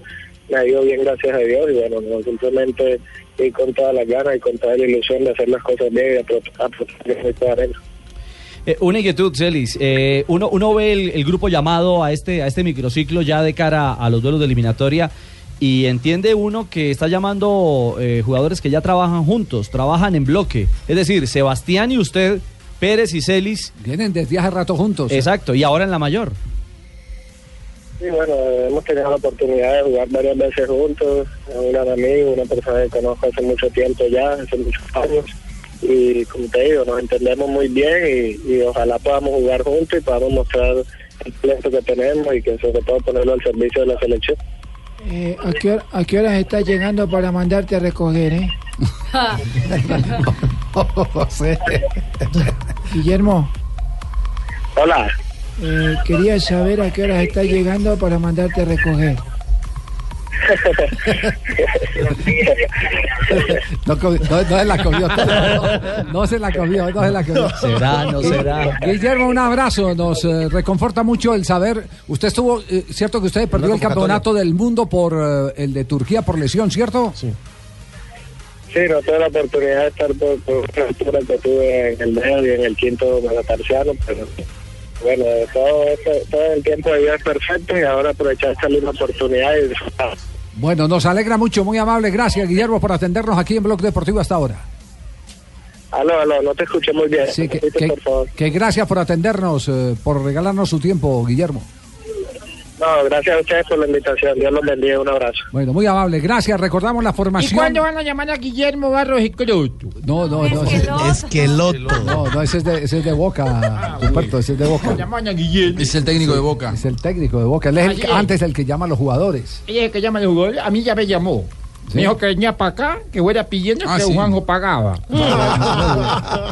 me ha ido bien, gracias a Dios. Y bueno, no, simplemente ir con todas las ganas y con toda la ilusión de hacer las cosas bien y apro- aprovechar que estoy arena.
Eh, una inquietud, Celis. Eh, uno, uno ve el, el grupo llamado a este, a este microciclo ya de cara a los duelos de eliminatoria y entiende uno que está llamando eh, jugadores que ya trabajan juntos, trabajan en bloque. Es decir, Sebastián y usted, Pérez y Celis.
Vienen desde hace rato juntos.
Exacto, y ahora en la mayor.
Sí, bueno, eh, hemos tenido la oportunidad de jugar varias veces juntos, es un gran amigo, una persona que conozco hace mucho tiempo ya, hace muchos años, y como te digo, nos entendemos muy bien y, y ojalá podamos jugar juntos y podamos mostrar el talento que tenemos y que sobre todo ponerlo al servicio de la selección.
Eh, ¿a, qué hora- ¿A qué horas estás llegando para mandarte a recoger, eh? Guillermo,
Hola,
eh, quería saber a qué horas estás llegando para mandarte a recoger.
No, comi- no- no se la comió. No, no se la comió, no se la comió.
Será, no será.
Guillermo, un abrazo. Nos eh, reconforta mucho el saber. Usted estuvo, eh, cierto que usted perdió el
convocatoria.
campeonato del mundo por eh, el de Turquía por lesión, ¿cierto? Sí.
sí, no tuve la oportunidad de estar por, por una altura que tuve en el medio y en el quinto metatarsiano, pero bueno, todo, este- todo el tiempo de vida es perfecto y ahora aprovechar esta linda oportunidad y disfrutar.
Bueno, nos alegra mucho, muy amable. Gracias, Guillermo, por atendernos aquí en Blog Deportivo hasta ahora.
Aló, aló, no te escuché muy bien.
Sí, que,
Repite,
que-
por favor.
que gracias por atendernos, eh, por regalarnos su tiempo, Guillermo.
No, gracias a ustedes por la invitación. Dios los bendiga. Un abrazo.
Bueno, muy amable, gracias. Recordamos la
¿Y
formación.
cuándo van a llamar a Guillermo Barros y Croto?
No, no, no.
Esqueloto.
No, no, ese es de, ese es de
Ah,
Boca, Ruperto, ese es de Boca.
Es el técnico de Boca.
Es el técnico de Boca. Él es el que-
Así es.
antes el que llama a los jugadores.
Ella es que llama al jugador, a mí ya me llamó.
Sí.
Me dijo que venía para acá, que fuera pidiendo
Ah,
que
sí.
Juanjo pagaba.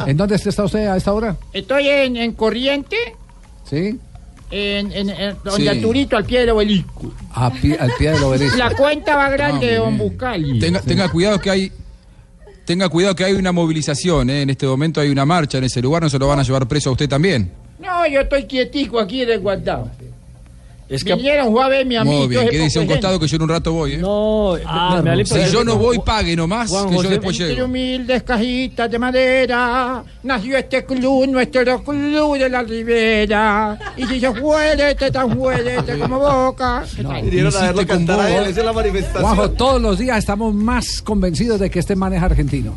¿En dónde está usted a esta hora?
Estoy en, en Corriente,
¿Sí?
en, en, en- donde
Sí.
Arturito, al pie del obelisco.
A pie- al pie del obelisco.
La cuenta va grande,
Pues Ah,
don
muy
Bucali.
Tenga, tenga cuidado que hay. Tenga cuidado que hay una movilización, ¿eh? en este momento hay una marcha en ese lugar, no se lo van a llevar preso a usted también.
No, yo estoy quietico aquí resguardado.
Es
que-
Vinieron Juan a ver mi amigo.
Muy bien,
hace
quédese a un
poco
costado que yo en un rato voy. ¿eh?
No,
Ah, me- me da la
si
impresión
yo
que-
no voy, pague nomás, que yo después
Entre
llego.
humildes cajitas de madera nació este club, nuestro club de la ribera. Y si yo fuérete tan fuerte como boca. ¿Qué tal?
Vinieron a verlo cantar a él, esa es la manifestación.
Juanjo, todos los días estamos más convencidos de que este maneja argentino.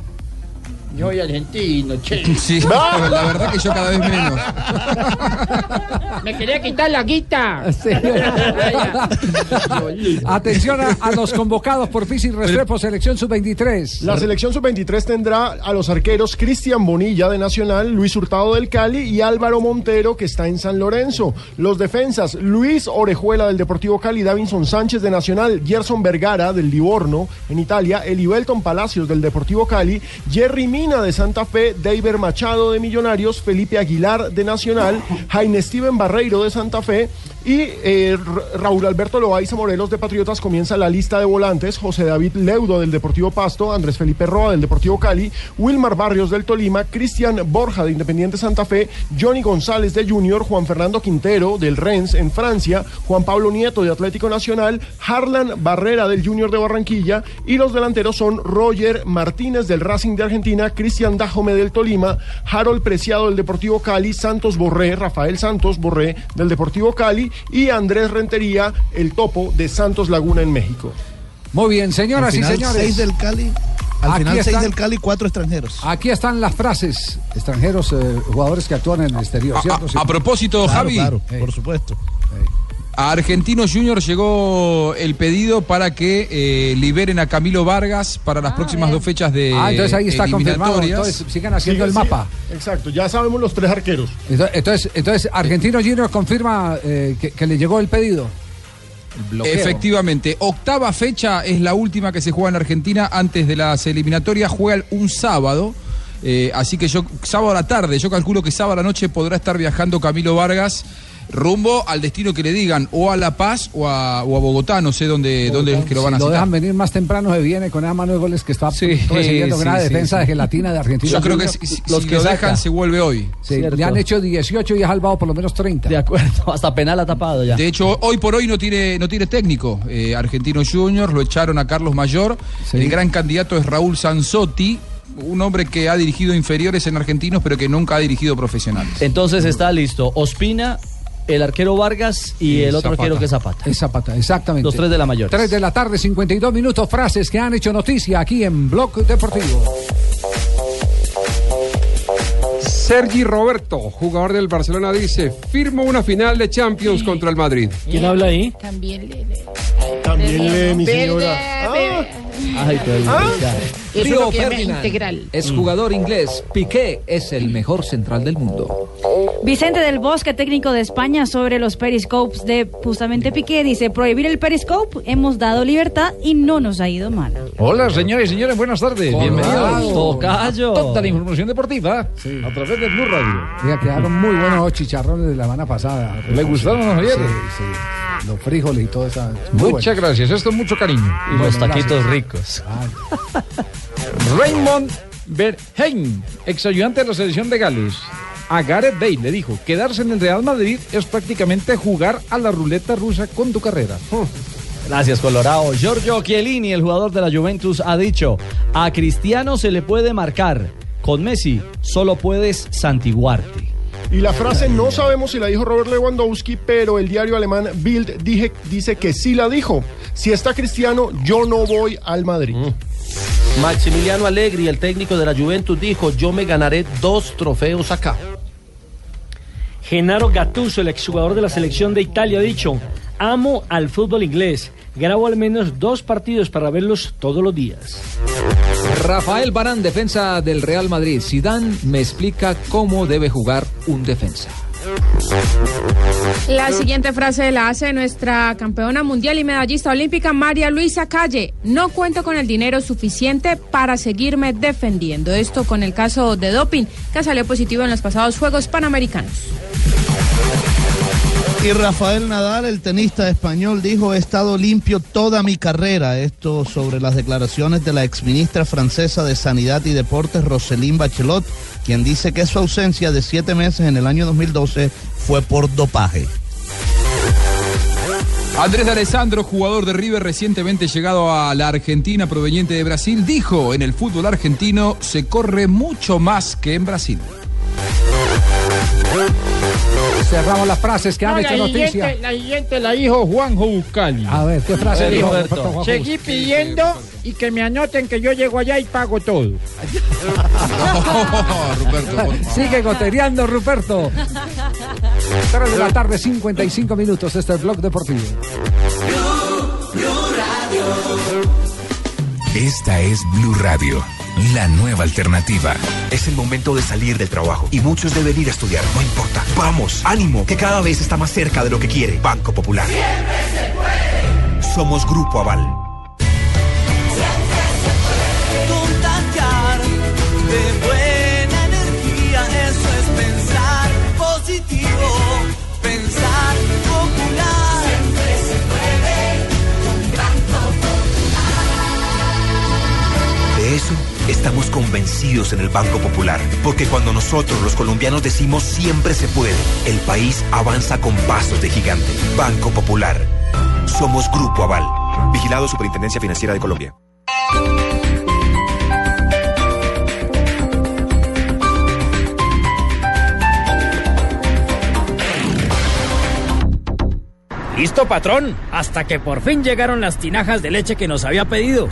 Yo soy argentino, che.
Sí, la verdad que yo cada vez menos.
Me quería quitar la guita.
Atención a, a los convocados por Fisi Restrepo, selección sub-23.
La selección sub-23 tendrá a los arqueros Cristian Bonilla de Nacional, Luis Hurtado del Cali y Álvaro Montero que está en San Lorenzo. Los defensas Luis Orejuela del Deportivo Cali, Davinson Sánchez de Nacional, Gerson Vergara del Livorno en Italia, Elibelton Palacios del Deportivo Cali, Jerry Mina de Santa Fe, David Machado de Millonarios, Felipe Aguilar de Nacional, Jaime Steven Barreiro de Santa Fe y eh, Ra- Raúl Alberto Loaiza Morelos de Patriotas comienza la lista de volantes. José David Leudo del Deportivo Pasto, Andrés Felipe Roa del Deportivo Cali, Wilmar Barrios del Tolima, Cristian Borja de Independiente Santa Fe, Johnny González de Junior, Juan Fernando Quintero del Rennes en Francia, Juan Pablo Nieto de Atlético Nacional, Harlan Barrera del Junior de Barranquilla y los delanteros son Roger Martínez del Racing de Argentina, Cristian Dajome del Tolima, Harold Preciado del Deportivo Cali, Santos Borré, Rafael Santos Borré del Deportivo Cali y Andrés Rentería, el topo de Santos Laguna en México.
Muy bien, señoras
Al final,
y señores.
seis del Cali. Al
Aquí
final, seis
están.
del Cali, cuatro extranjeros.
Aquí están las frases. Extranjeros, eh, jugadores que actúan en el exterior, ¿cierto? Sí.
A, a propósito,
Claro,
Javi,
claro,
por supuesto.
A Argentinos Junior llegó el pedido para que eh, liberen a Camilo Vargas para las próximas dos fechas de
Ah, entonces ahí está confirmado.
eliminatorias.
Entonces sigan haciendo el mapa.
Exacto, ya sabemos los tres arqueros.
Entonces, entonces, entonces, Argentino Junior confirma eh, que, que le llegó el pedido. bloqueo.
Efectivamente, octava fecha es la última que se juega en Argentina antes de las eliminatorias, juega un sábado. eh, así que yo, sábado a la tarde, yo calculo que sábado a la noche podrá estar viajando Camilo Vargas rumbo al destino que le digan, o a La Paz o a, o a Bogotá, no sé dónde, dónde es que lo van a
Si lo
citar.
dejan venir más temprano, se viene con esa mano de goles que está recibiendo
sí,
gran
sí,
defensa
sí.
de gelatina de Argentina.
Yo creo que si, si- si lo dejan se vuelve hoy.
Sí, le han hecho 18 y ha salvado por lo menos 30. De
acuerdo, hasta penal ha tapado ya.
De hecho, hoy por hoy no tiene, no tiene técnico. Eh, Argentino Juniors lo echaron a Carlos Mayor. El gran candidato es Raúl Sanzotti, un hombre que ha dirigido inferiores en argentinos, pero que nunca ha dirigido profesionales.
Entonces está listo Ospina, el arquero Vargas y,
Y
el otro
Zapata.
arquero que es Zapata.
Es Zapata, exactamente.
Los tres de la mayor.
3 de la tarde, 52 minutos, frases que han hecho noticia aquí en Blog Deportivo.
Sergi Roberto, jugador del Barcelona, dice, firmo una final de Champions contra el Madrid.
¿Quién habla ahí?
También le.
También lee mi señora.
Verde,
Ay,
¿Ah? Eso es
Río
lo que llama
Ferdinand
integral.
es
Mm.
jugador inglés. Piqué es el mejor central del mundo.
Vicente del Bosque, técnico de España, sobre los periscopes de justamente Piqué, dice, prohibir el periscope, hemos dado libertad y no nos ha ido mal.
Hola, señores y señores, buenas tardes. Bienvenidos.
Tocayo.
a Toda la información deportiva a través de Blue Radio.
Mira, quedaron muy buenos los chicharrones de la Habana pasada.
¿Le gustaron, don Javier?
Sí, sí. Los frijoles y todo eso.
Muchas gracias, esto es mucho cariño.
Y los taquitos
ricos. Raymond Berheim, ex ayudante de la selección de Gales, a Gareth Bale le dijo: quedarse en el Real Madrid es prácticamente jugar a la ruleta rusa con tu carrera.
Hmm. Gracias, Colorado. Giorgio Chiellini, el jugador de la Juventus, ha dicho: A Cristiano se le puede marcar. Con Messi solo puedes santiguarte.
Y la frase no sabemos si la dijo Robert Lewandowski, pero el diario alemán Bild dije- dice que sí la dijo. Si está Cristiano, yo no voy al Madrid.
Mm.
Maximiliano Allegri, el técnico de la Juventus, dijo: Yo me ganaré dos trofeos acá.
Genaro Gattuso, el exjugador de la selección de Italia, ha dicho, amo al fútbol inglés, grabo al menos dos partidos para verlos todos los días.
Rafael Barán, defensa del Real Madrid. Zidane me explica cómo debe jugar un defensa.
La siguiente frase la hace nuestra campeona mundial y medallista olímpica María Luisa Calle. No cuento con el dinero suficiente para seguirme defendiendo. Esto con el caso de doping que salió positivo en los pasados Juegos Panamericanos.
Y Rafael Nadal, el tenista español, dijo, he estado limpio toda mi carrera. Esto sobre las declaraciones de la exministra francesa de Sanidad y Deportes, Roselyne Bachelot, quien dice que su ausencia de siete meses en el año 2012 fue por dopaje.
Andrés de Alessandro, jugador de River recientemente llegado a la Argentina proveniente de Brasil, dijo, en el fútbol argentino se corre mucho más que en Brasil.
Cerramos las frases Pues que han
No,
hecho
la
noticia.
siguiente, la siguiente la dijo Juanjo Buscali.
A ver, ¿qué frase dijo Roberto Juanjo?
Seguí pidiendo y que me anoten que yo llego allá y pago todo.
Sigue gotereando, Ruperto. 3 de la tarde, 55 minutos. Este es Blog Deportivo.
Esta es Blue Radio, la nueva alternativa. Es el momento de salir del trabajo y muchos deben ir a estudiar, no importa. Vamos, ánimo, que cada vez está más cerca de lo que quiere. Banco Popular. Somos Grupo Aval.
Contagiar de buena energía, eso es pensar positivo, pensar popular. Siempre se puede con
De eso estamos convencidos en el Banco Popular, porque cuando nosotros los colombianos decimos siempre se puede, el país avanza con pasos de gigante. Banco Popular. Somos Grupo Aval. Vigilado Superintendencia Financiera de Colombia.
Listo, patrón. Hasta que por fin llegaron las tinajas de leche que nos había pedido.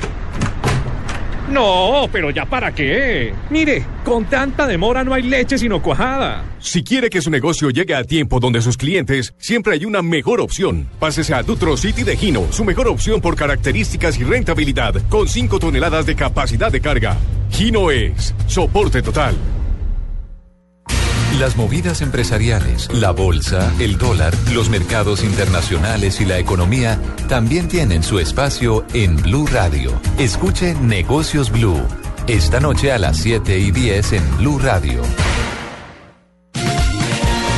No, pero ya para qué. Mire, con tanta demora no hay leche sino cuajada.
Si quiere que su negocio llegue a tiempo donde sus clientes, siempre hay una mejor opción. Pásese a Dutro City de Gino, su mejor opción por características y rentabilidad, con 5 toneladas de capacidad de carga. Gino es soporte total.
Las movidas empresariales, la bolsa, el dólar, los mercados internacionales y la economía también tienen su espacio en Blue Radio. Escuche Negocios Blue. Esta noche a las 7 y 10 en Blue Radio.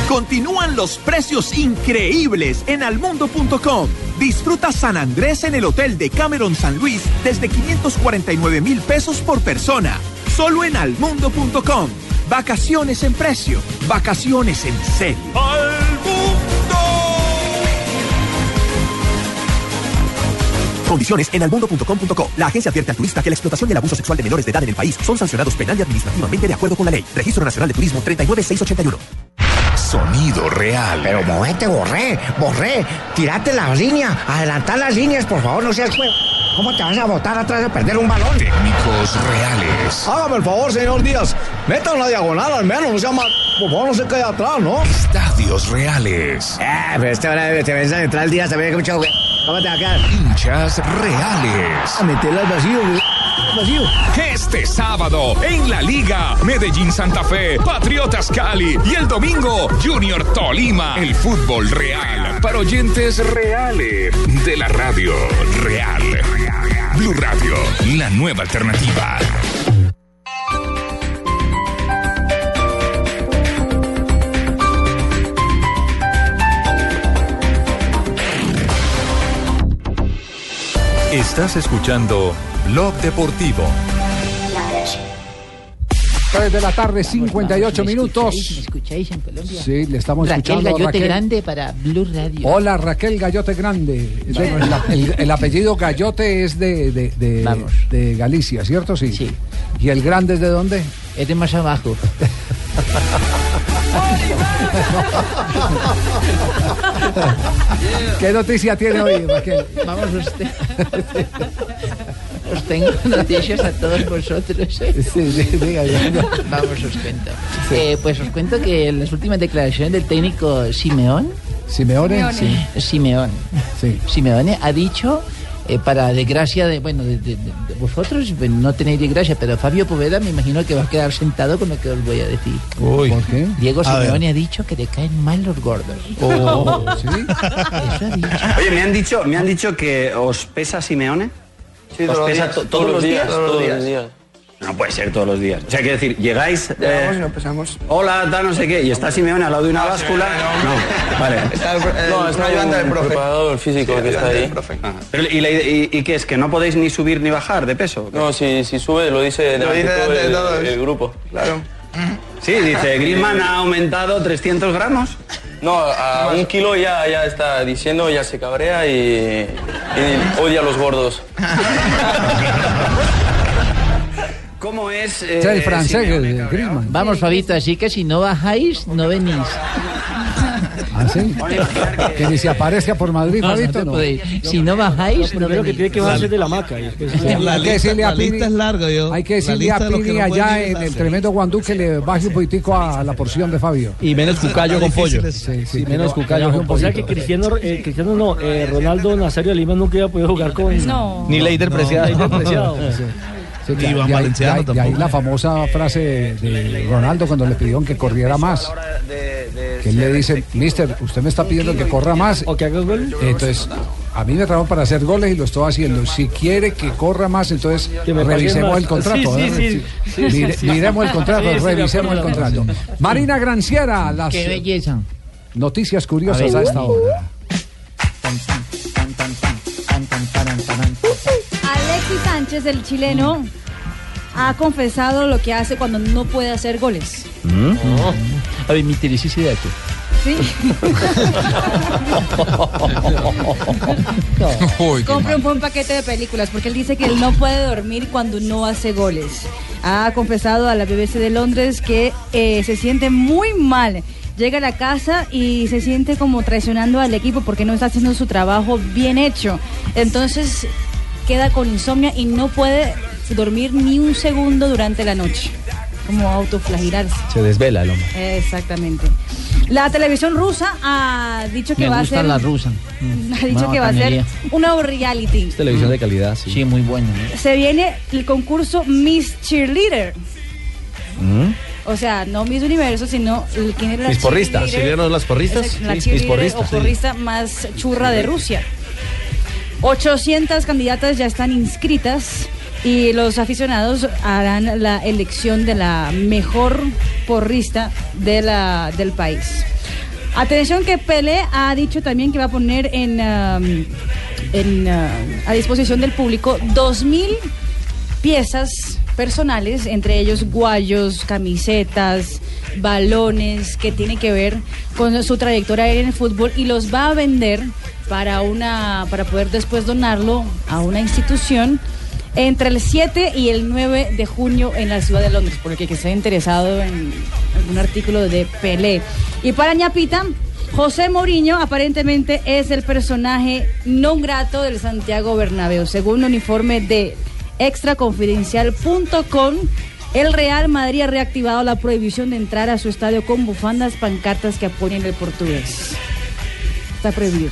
Continúan los precios increíbles en almundo.com. Disfruta San Andrés en el hotel de Cameron San Luis desde 549 mil pesos por persona. Solo en almundo.com. Vacaciones en precio. Vacaciones en serio.
Condiciones en almundo.com.co. La agencia advierte al turista que la explotación y el abuso sexual de menores de edad en el país son sancionados penal y administrativamente de acuerdo con la ley. Registro Nacional de Turismo 39681.
Sonido real.
Pero movete, borré, borré. Tirate la línea, adelantar las líneas, por favor, no seas jue- ¿Cómo te vas a botar atrás de perder un balón?
Técnicos reales.
Hágame el favor, señor Díaz. Meta una diagonal al menos, no sea mal. Por favor, no se caiga atrás, ¿no?
Estadios reales.
Ah, pero este hora te ves a entrar el día, también que mucho, güey. ¿Cómo te va a quedar?
Hinchas reales.
A meterla al vacío, güey. Vacío.
Este sábado en la Liga Medellín Santa Fe, Patriotas Cali y el domingo Junior Tolima. El fútbol real para oyentes reales de la radio real. Blue Radio, la nueva alternativa.
Estás escuchando Blog Deportivo.
3 de la tarde, 58 minutos.
escucháis en Colombia?
Sí, le estamos
este Raquel
escuchando.
Gallote
Raquel.
Grande para Blue Radio.
Hola Raquel Gallote Grande. Eso no es la- el, el apellido Gallote es de, de, de- de Galicia, ¿cierto? Sí. ¿Y el grande es de dónde?
Es de más abajo.
¿Qué noticia tiene hoy, Raquel?
Vamos, usted. Os tengo noticias a todos vosotros. ¿eh?
Sí, sí,
Vamos, os cuento. Eh, pues os cuento que las últimas declaraciones del técnico Simeón.
¿Simeone?
Sí, Simeón. Simeone ha dicho, eh, para desgracia de, bueno, de, de- de vosotros, bueno, no tenéis desgracia, pero Fabio Poveda me imagino que va a quedar sentado con lo que os voy a decir.
¿Por qué?
Diego
A ver. Oh.
Simeone ha dicho que le caen mal los gordos.
Oye, me han dicho, me han dicho que os pesa Simeone.
Sí, todos
¿Os
los
pesa
días,
to-
todos los días,
todos los días.
días.
No puede ser todos los días. O sea, quiero decir, llegáis. eh,
Llegamos y nos pesamos. Ah,
Hola, tal, no sé qué. Y está Simeone al lado de una báscula. No, vale.
Está el, el,
No, está
ayudante
un-
del profe.
un
preparador físico
que está ahí. Ah, pero ¿y, la- y- y qué es? ¿Que no podéis ni subir ni bajar de peso?
No, si, si sube lo dice
Lo
delante
dice
de todo
delante de
el,
todos.
el grupo. Claro.
Sí, dice, Griezmann ha aumentado 300 gramos.
ah, No, a un kilo ya, ya está diciendo, ya se cabrea y, y odia a los gordos.
¿Cómo es?
eh,
O sea, el francés, el, el Griezmann.
Vamos, Fabito, así que si no bajáis, no venís.
¿Ah, sí? Que ni se aparezca por Madrid,
No, no
Fabito,
te
no.
podéis. Si no bajáis, no
Primero que
venís.
tiene que bajarse de la maca. y después-
hay que decirle a Pini, Hay que
La
decirle
lista
a
de los que
Pini
no pueden
allá
ir es
en
larga.
el tremendo Guandú que le baje un poquitico a la porción de Fabio.
Y menos cucayo con pollo.
Sí, sí.
Y menos cucayo con
O
pollo.
sea que Cristiano, eh, Cristiano no, eh, Ronaldo Nazario de Lima nunca iba a poder jugar con.
No. Ni Leider Preciado.
Leider Preciado.
Sí. Sí,
Ni
de ahí-
Iván
de ahí-
Valenciano
de ahí- de ahí la famosa frase de Ronaldo cuando le pidieron que corriera más. Que él le dice, mister, usted me está pidiendo que corra más.
O que haga gol.
Entonces, a mí me trajo para hacer goles y lo estoy haciendo. Si quiere que corra más, entonces
Que me paguen
revisemos
más.
el contrato.
Sí, sí,
¿eh?
sí. Sí, sí,
Mire-
sí.
Miremos el contrato,
Sí, sí, de
revisemos el
acuerdo.
contrato. Marina Granciera, las
Qué belleza.
noticias curiosas a
uh.
A ver.
esta hora.
Alexis Sánchez, el chileno, ha confesado lo que hace cuando no puede hacer goles.
¿Mm?
A ver, me interesa ese dato.
¿sí? Compre un buen paquete de películas porque él dice que él no puede dormir cuando no hace goles. Ha confesado a la BBC de Londres que eh, se siente muy mal. Llega a la casa y se siente como traicionando al equipo porque no está haciendo su trabajo bien hecho. Entonces queda con insomnia y no puede dormir ni un segundo durante la noche. Como autoflagelarse.
Se desvela el hombre.
Exactamente. La televisión rusa ha dicho que
Me
va a
gusta
ser
la rusa.
ha dicho que va a ser una reality.
Televisión de calidad, sí.
Sí, muy buena. ¿eh?
Se viene el concurso Miss Cheerleader. O sea, no Miss Universo, sino el- quién era la
Miss porrista,
cheerleader?
¿se vieron las porristas?
Exacto, La
Sí, Miss
cheerleader
porrista,
o
sí.
porrista más churra de Rusia. 800 candidatas ya están inscritas y los aficionados harán la elección de la mejor porrista de la, del país. Atención que Pelé ha dicho también que va a poner en, um, en, uh, a disposición del público 2.000 piezas personales, entre ellos guayos, camisetas, balones, que tiene que ver con su trayectoria en el fútbol y los va a vender para, una, para poder después donarlo a una institución entre el 7 y el 9 de junio en la ciudad de Londres, por el que esté interesado en algún artículo de Pelé. Y para ñapita, José Mourinho aparentemente es el personaje no grato del Santiago Bernabéu, según un informe de extraconfidencial.com. El Real Madrid ha reactivado la prohibición de entrar a su estadio con bufandas, pancartas que apoyen el portugués. Está prohibido.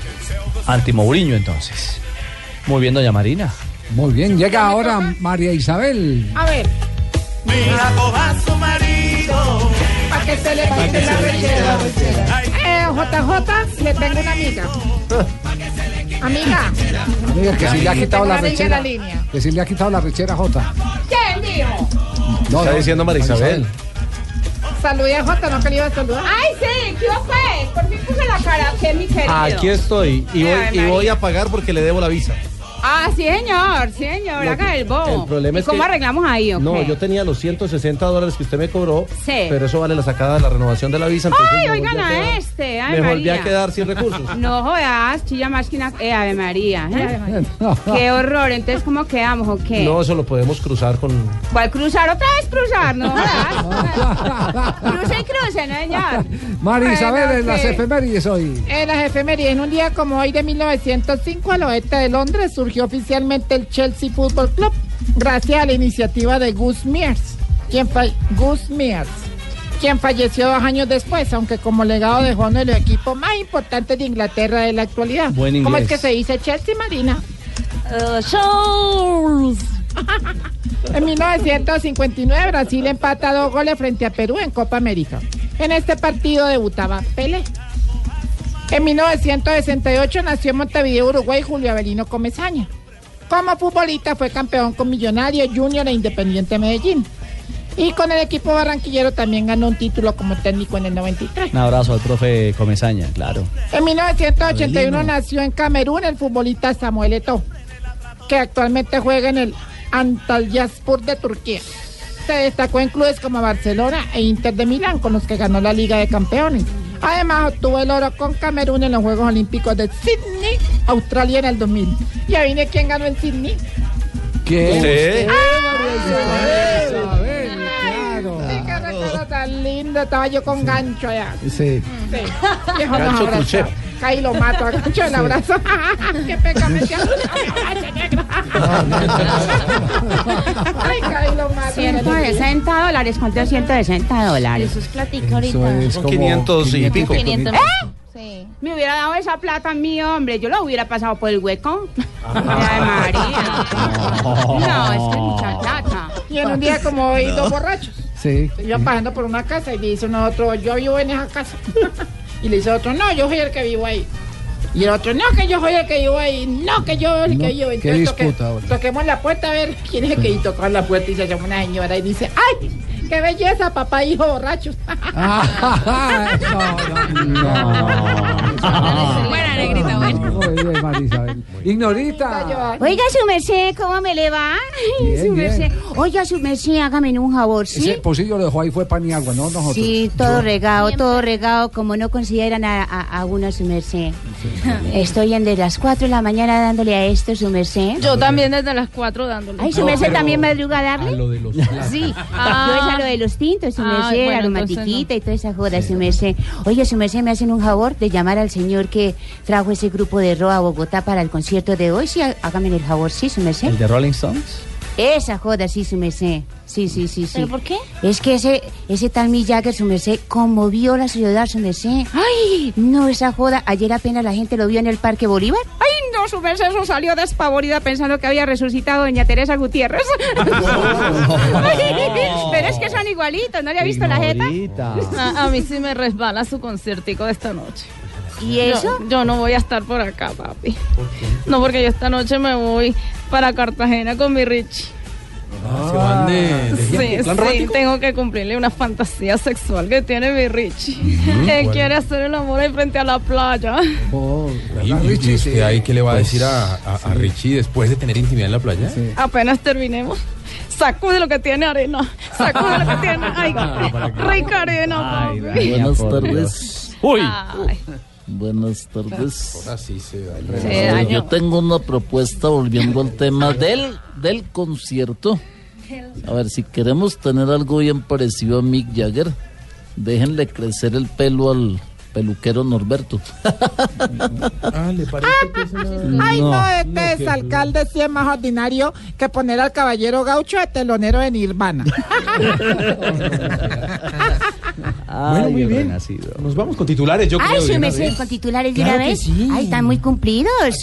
Anti Mourinho entonces. Muy bien, doña Marina.
Muy bien, llega ahora María Isabel.
A ver. Mira cómo va su marido. Pa' que se le quite la rechera. Eh, JJ, le tengo una amiga. Amiga.
Amiga, que si le ha quitado la
Tengo una amiga en la
rechera.
línea.
Que si le ha quitado la rechera, Jota.
¿Qué, mijo?
No,
Está
no,
diciendo María Isabel.
Saludé a Jota, no que le iba a saludar. Ay, sí, ¿qué fue? Por fin puse la cara, que mi querido.
Aquí estoy y voy,
Ay,
y voy
María.
a pagar porque le debo la visa.
Ah, sí, señor, sí, señor,
Lo
haga
que-
el bobo.
el problema
¿Y
es
cómo
que-
arreglamos ahí, o
No,
qué?
yo tenía los 160 dólares que usted me cobró,
Sí.
pero eso vale la sacada de la renovación de la visa. entonces
Ay,
me
oigan
volví a
a
quedar-
este. Ay,
me volví a
María.
quedar sin recursos.
No jodas, chilla más que una- eh, Ave María. ¿eh? Qué horror. Entonces, ¿cómo quedamos o qué?
No, eso lo podemos cruzar con.
¿Cuál cruzar? ¿Otra vez cruzar? No jodas. cruce y cruce, ¿no, señor?
María Isabel
Bueno,
en las
sí.
efemérides hoy.
En las efemérides, en un día como hoy de 1905 al oeste de Londres surgió oficialmente el Chelsea Football Club gracias a la iniciativa de Gus Mears, quien, fa- Gus Mears, quien falleció dos años después, aunque como legado dejó uno de los equipos más importantes de Inglaterra de la actualidad.
Buen
¿Cómo es
inglés.
que se dice Chelsea Marina? En 1959 Brasil empata dos goles frente a Perú en Copa América. En este partido debutaba Pelé. En 1968 nació en Montevideo, Uruguay, Julio Avelino Comesaña. Como futbolista fue campeón con Millonarios Junior e Independiente Medellín. Y con el equipo barranquillero también ganó un título como técnico en el 93.
Un abrazo al profe Comesaña, claro.
En 1981
Avelino.
nació en Camerún el futbolista Samuel Eto'o, que actualmente juega en el Antalyaspor de Turquía. Se destacó en clubes como Barcelona e Inter de Milán, con los que ganó la Liga de Campeones. Además, obtuvo el oro con Camerún en los Juegos Olímpicos de Sydney, Australia en el 2000. Y ahí viene quien ganó en Sydney.
¿Qué?
Usted.
Sí, qué recuerdo tan lindo. Estaba yo con gancho allá.
Sí.
Sí. Viejo, nos
Gancho
abrazó.
Tuchel.
Caí lo mato, a gancho el abrazo. qué peca me dio. Ay, caí lo mato.
160 dólares, ¿cuánto es 160 dólares? Eso es platica
Son 500 y pico.
¿Eh? Sí. Me hubiera dado esa plata a mí, hombre. Yo lo hubiera pasado por el hueco. No, es que es mucha plata.
Y en un día como hoy,
No.
dos borrachos.
Sí.
Iban pasando por una casa y le dice uno a otro, yo vivo en esa casa. y le dice otro, no, yo soy el que vivo ahí. Y el otro, no, que yo soy el que vivo ahí, no, que yo soy el
No,
que vivo ahí.
qué
Entonces, toque-
disputa ahora.
toquemos la puerta a ver quién es el que y tocó la puerta y se llama una señora y dice, ¡ay! ¡Qué belleza, papá e hijo borrachos!
Buena, negrita, buena.
Muy bien, María Isabel. Ignorita.
Oiga, su merced, ¿cómo me le va? Ay,
Bien,
su
bien.
merced. Oiga, su merced, hágame un favor, ¿sí?
Ese pocillo lo dejó ahí fue pan y agua, no nosotros.
Sí, todo regado, todo regado, como no consideran a, a, a uno su merced. Estoy en de las 4 de la mañana dándole a esto su merced.
Yo también desde las 4 dándole.
Ay, su merced también madruga a darle.
lo de los platos.
Sí,
Ah.
yo es a lo de los tintos, su
Ay,
merced,
bueno,
la
entonces
romantiquita y toda esa joda, su merced. Oye, su merced, me hacen un favor de llamar al señor que trajo ese grupo de Roa a Bogotá para el concierto de hoy. Sí, há- hágame el favor, sí, su merced.
¿El de Rolling Stones?
Esa joda, sí, su merced. Sí, sí, sí, sí.
¿Pero por qué?
Es que ese, ese tal Mick Jagger, su merced, conmovió la ciudad, su merced. ¡Ay! No, esa joda. Ayer apenas la gente lo vio en el Parque Bolívar.
Ay, no, su merced eso salió despavorida pensando que había resucitado doña Teresa Gutiérrez. Pero es que son igualitos, ¿no le ha visto la jeta? Ah, A, a mí sí me resbala su conciertico de esta noche.
¿Y eso?
Yo, yo no voy a estar por acá, papi. No, porque yo esta noche me voy para Cartagena con mi Richie.
Se van de, de viaje,
Ah. Sí,
plan
sí,
romántico.
tengo que cumplirle una fantasía sexual que tiene mi Richie. Él
¿cuál?
quiere hacer el amor ahí frente a la playa.
Y- y usted ahí pues qué le va a decir a, a- a Richie después de tener intimidad en la playa?
Apenas terminemos, sacude lo que tiene arena. Sacude lo que tiene. Ay, rica arena, papi. Ah.
Buenas tardes.
Uy.
Buenas tardes. Ahora sí se
Se dañó.
Yo tengo una propuesta volviendo al tema del, del concierto. A ver, si queremos tener algo bien parecido a Mick Jagger, déjenle crecer el pelo al peluquero Norberto.
Ay,
No,
no,
no,
este
qué-
es alcalde sí es más ordinario que poner al caballero gaucho de telonero de Nirvana.
bueno, muy bien. Nos vamos con titulares, yo creo.
Ay,
de
su
una
merced,
vez.
con titulares de una
Claro que
vez.
sí.
Ay, están muy cumplidos.